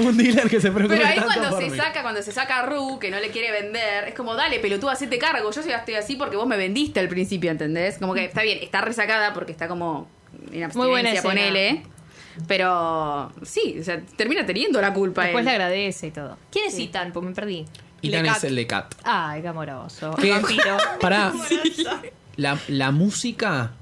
un dealer que se preocupe Pero ahí tanto cuando por se mí. saca, cuando se saca a Ru, que no le quiere vender, es como, dale, pelotudo, hacete cargo. Yo ya estoy así porque vos me vendiste al principio, ¿entendés? Como que está bien, está resacada porque está como en abstinencia, Muy buena escena. ponele. Pero sí, o sea, termina teniendo la culpa Después él. le agradece y todo. ¿Quién es Ethan? Pues me perdí. Y tan es el de Cat. Ay, qué amoroso. ¿Qué? Vampiro. Pará. La, la música.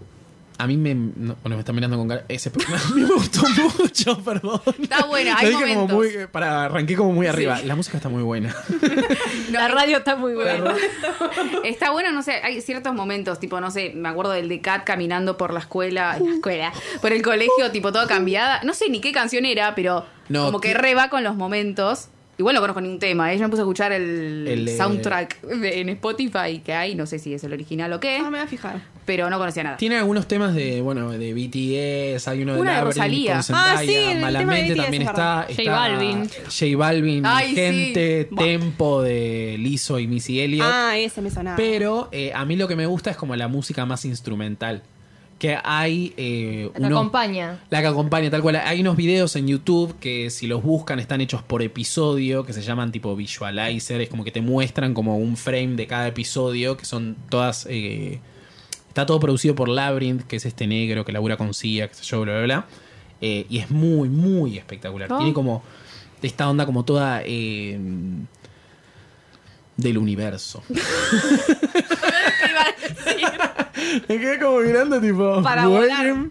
A mí me. no, bueno, me está mirando con cara. Ese, a mí me gustó mucho, perdón. Está buena, Lo hay dije como momentos. muy. Para, arranqué como muy arriba. La música está muy buena. La radio está muy buena. Está bueno, no sé, hay ciertos momentos, tipo, no sé, me acuerdo del de Kat caminando por la escuela, la escuela, por el colegio, tipo, todo cambiada. No sé ni qué canción era, pero No, como que ti- re va con los momentos. Igual no conozco ningún tema, ¿eh? yo me puse a escuchar el, El, eh, soundtrack de- en Spotify que hay, no sé si es el original o ¿Eh? qué, Ah, me voy a fijar. pero no conocía nada. Tiene algunos temas de, bueno, de BTS, hay uno de, Una de Labyrinth Rosalía. con Zendaya, Ah, sí, el tema de Malamente BTS, también es está, verdad. está. J Balvin. J Balvin, Ay, sí. Gente, Buah. Tempo de Lizzo y Missy Elliott. Ah, ese me sonaba. Pero eh, a mí lo que me gusta es como la música más instrumental. Que hay eh, La unos- acompaña. La que acompaña, tal cual. Hay unos videos en YouTube que si los buscan están hechos por episodio, que se llaman tipo visualizer, es como que te muestran como un frame de cada episodio, que son todas... eh, está todo producido por Labyrinth, que es este negro que labura con CIA, que sé yo, bla, bla, bla. Eh, y es muy, muy espectacular. Ah. Tiene como esta onda como toda... eh, del universo. Me quedé como mirando tipo... Para "Bueno".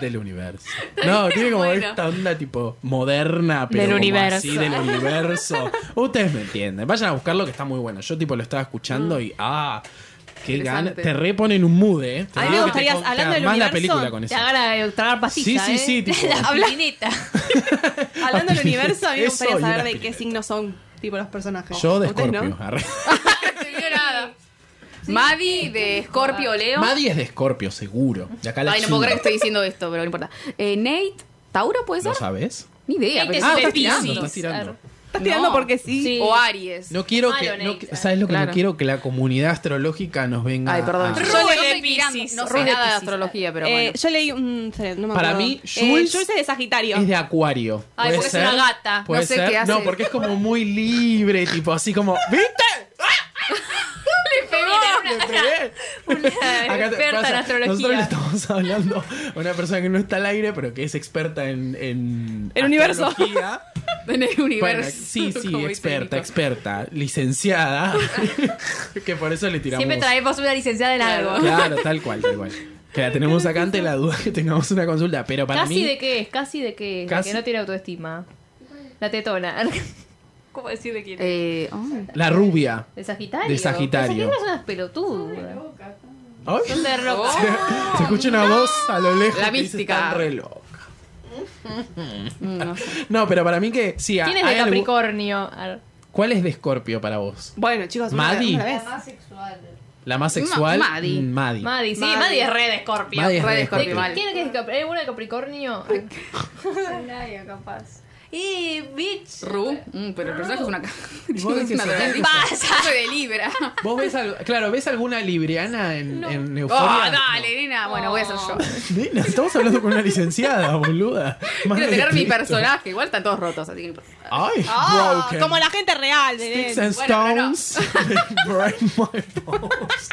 Del universo. No, tiene como bueno. esta onda tipo moderna, pero Del como universo. así, del universo. Ustedes me entienden. Vayan a buscarlo que está muy bueno. Yo tipo lo estaba escuchando y ah, qué gana. Interesante. Te reponen un mood, eh. Te A mí me digo que te gustaría, con- te hablando del armás la universo, película con eso. Te gana de tragar pastillas. Sí, sí, sí, ¿eh? tipo- La pirineta. Hablando del universo, a mí me Eso y gustaría una saber de qué piruleta. signos son tipo los personajes. Yo de ¿Ustedes Scorpio. arre. No entendió nada. Maddie de Scorpio Leo. Maddie es de Scorpio, seguro. De acá la Ay, no puedo China. creer que estoy diciendo esto, pero no importa. Eh, Nate, ¿Tauro puede ser? ¿Lo sabes? Ni idea. Nate pero- es Ah, de estás tirando, Piscis. estás tirando. Estás tirando No. porque sí. Sí. O Aries. No quiero Malo, que. no- Nate. ¿Sabes lo que no Claro. quiero? Que la comunidad astrológica nos venga. Ay, a- perdón. Yo Rubén no de estoy Piscis. mirando, No sé Rubén de nada de Piscis. astrología, pero Eh, bueno. Yo leí un. No me Para acuerdo. mí, Eh, Jules Jules es de Sagitario. Es de Acuario. Ay, ¿Puede porque es ser? una gata. ¿Puede No sé ser? qué hace. No, porque es como muy libre, tipo así como. ¿Viste? Le pegué. Acá te experta en pasa, astrología. Nosotros le estamos hablando a una persona que no está al aire, pero que es experta en. en El universo. astrología. En el universo. Bueno, sí, sí, como experta, dice experta, licenciada. que por eso le tiramos. Siempre traemos una licenciada en Claro. algo. Claro, tal cual, tal cual. Que la tenemos acá ante la duda que tengamos una consulta. Pero para casi mí. de qué es, casi de qué es. la Casi- Que no tiene autoestima. La tetona. ¿Cómo decir de quién? Nico. Eh, oh. La rubia. de Sagitario. De Sagitario. Las Sagitarias son unas pelotudas. Ay. Son de roca. Ah, Se escucha una voz a lo lejos. La que dice, mística. "Están re loca". Mm, no sé. No, pero para mí que sí. ¿Quién es hay de algo- Capricornio? Ar- ¿Cuál es de Escorpio para vos? Bueno, chicos, una- Maddie. una vez. ¿La más sexual? Ma- Maddie. Mm, Maddie. Maddie, sí, Maddie. Maddie es re de Escorpio. Maddie es Re re de de Escorpio, Escorpio. mal. ¿Quién es que es de Cap- ¿Hay alguna de Capricornio? Zendaya, capaz. ¡Eh, bitch! Ru. Mm, pero el personaje es una caja. vos decís eso? Pasa. de Libra. ¿Vos ves, al- claro, ¿ves alguna libriana en, en Oh, Euphoria? dale, nena. Bueno, voy a ser yo. Nena, estamos hablando con una licenciada, boluda. Más Quiero tener mi respeto. personaje. Igual están todos rotos, así que no importa. Ay, Ah, broken. Como la gente real, Belén. Sticks and Bueno, pero stones. break my bones.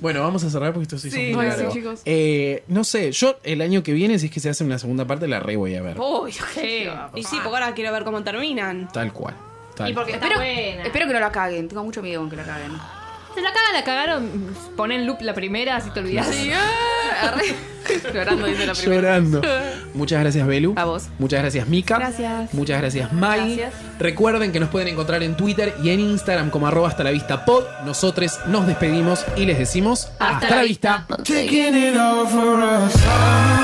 Bueno, vamos a cerrar porque esto se hizo Sí, muy ay, sí, largo. chicos. Eh, no sé, yo el año que viene, si es que se hace una segunda parte, la re voy a ver. Uy, Sí. Y sí, porque ahora quiero ver cómo terminan. Tal cual. Tal Y porque está Espero, buena. espero que no la caguen. Tengo mucho miedo con que la caguen. Se la cagan, la cagaron. Pon en loop la primera, así te olvidas. Sí, ah, arre. Llorando dice la cual. primera. Llorando. Muchas gracias, Belu. A vos. Muchas gracias, Mika. Gracias. Muchas gracias, Mai. Gracias. Recuerden que nos pueden encontrar en Twitter y en Instagram como arroba hasta la vista pod. Nosotros nos despedimos y les decimos Hasta la vista. Taking it all for us.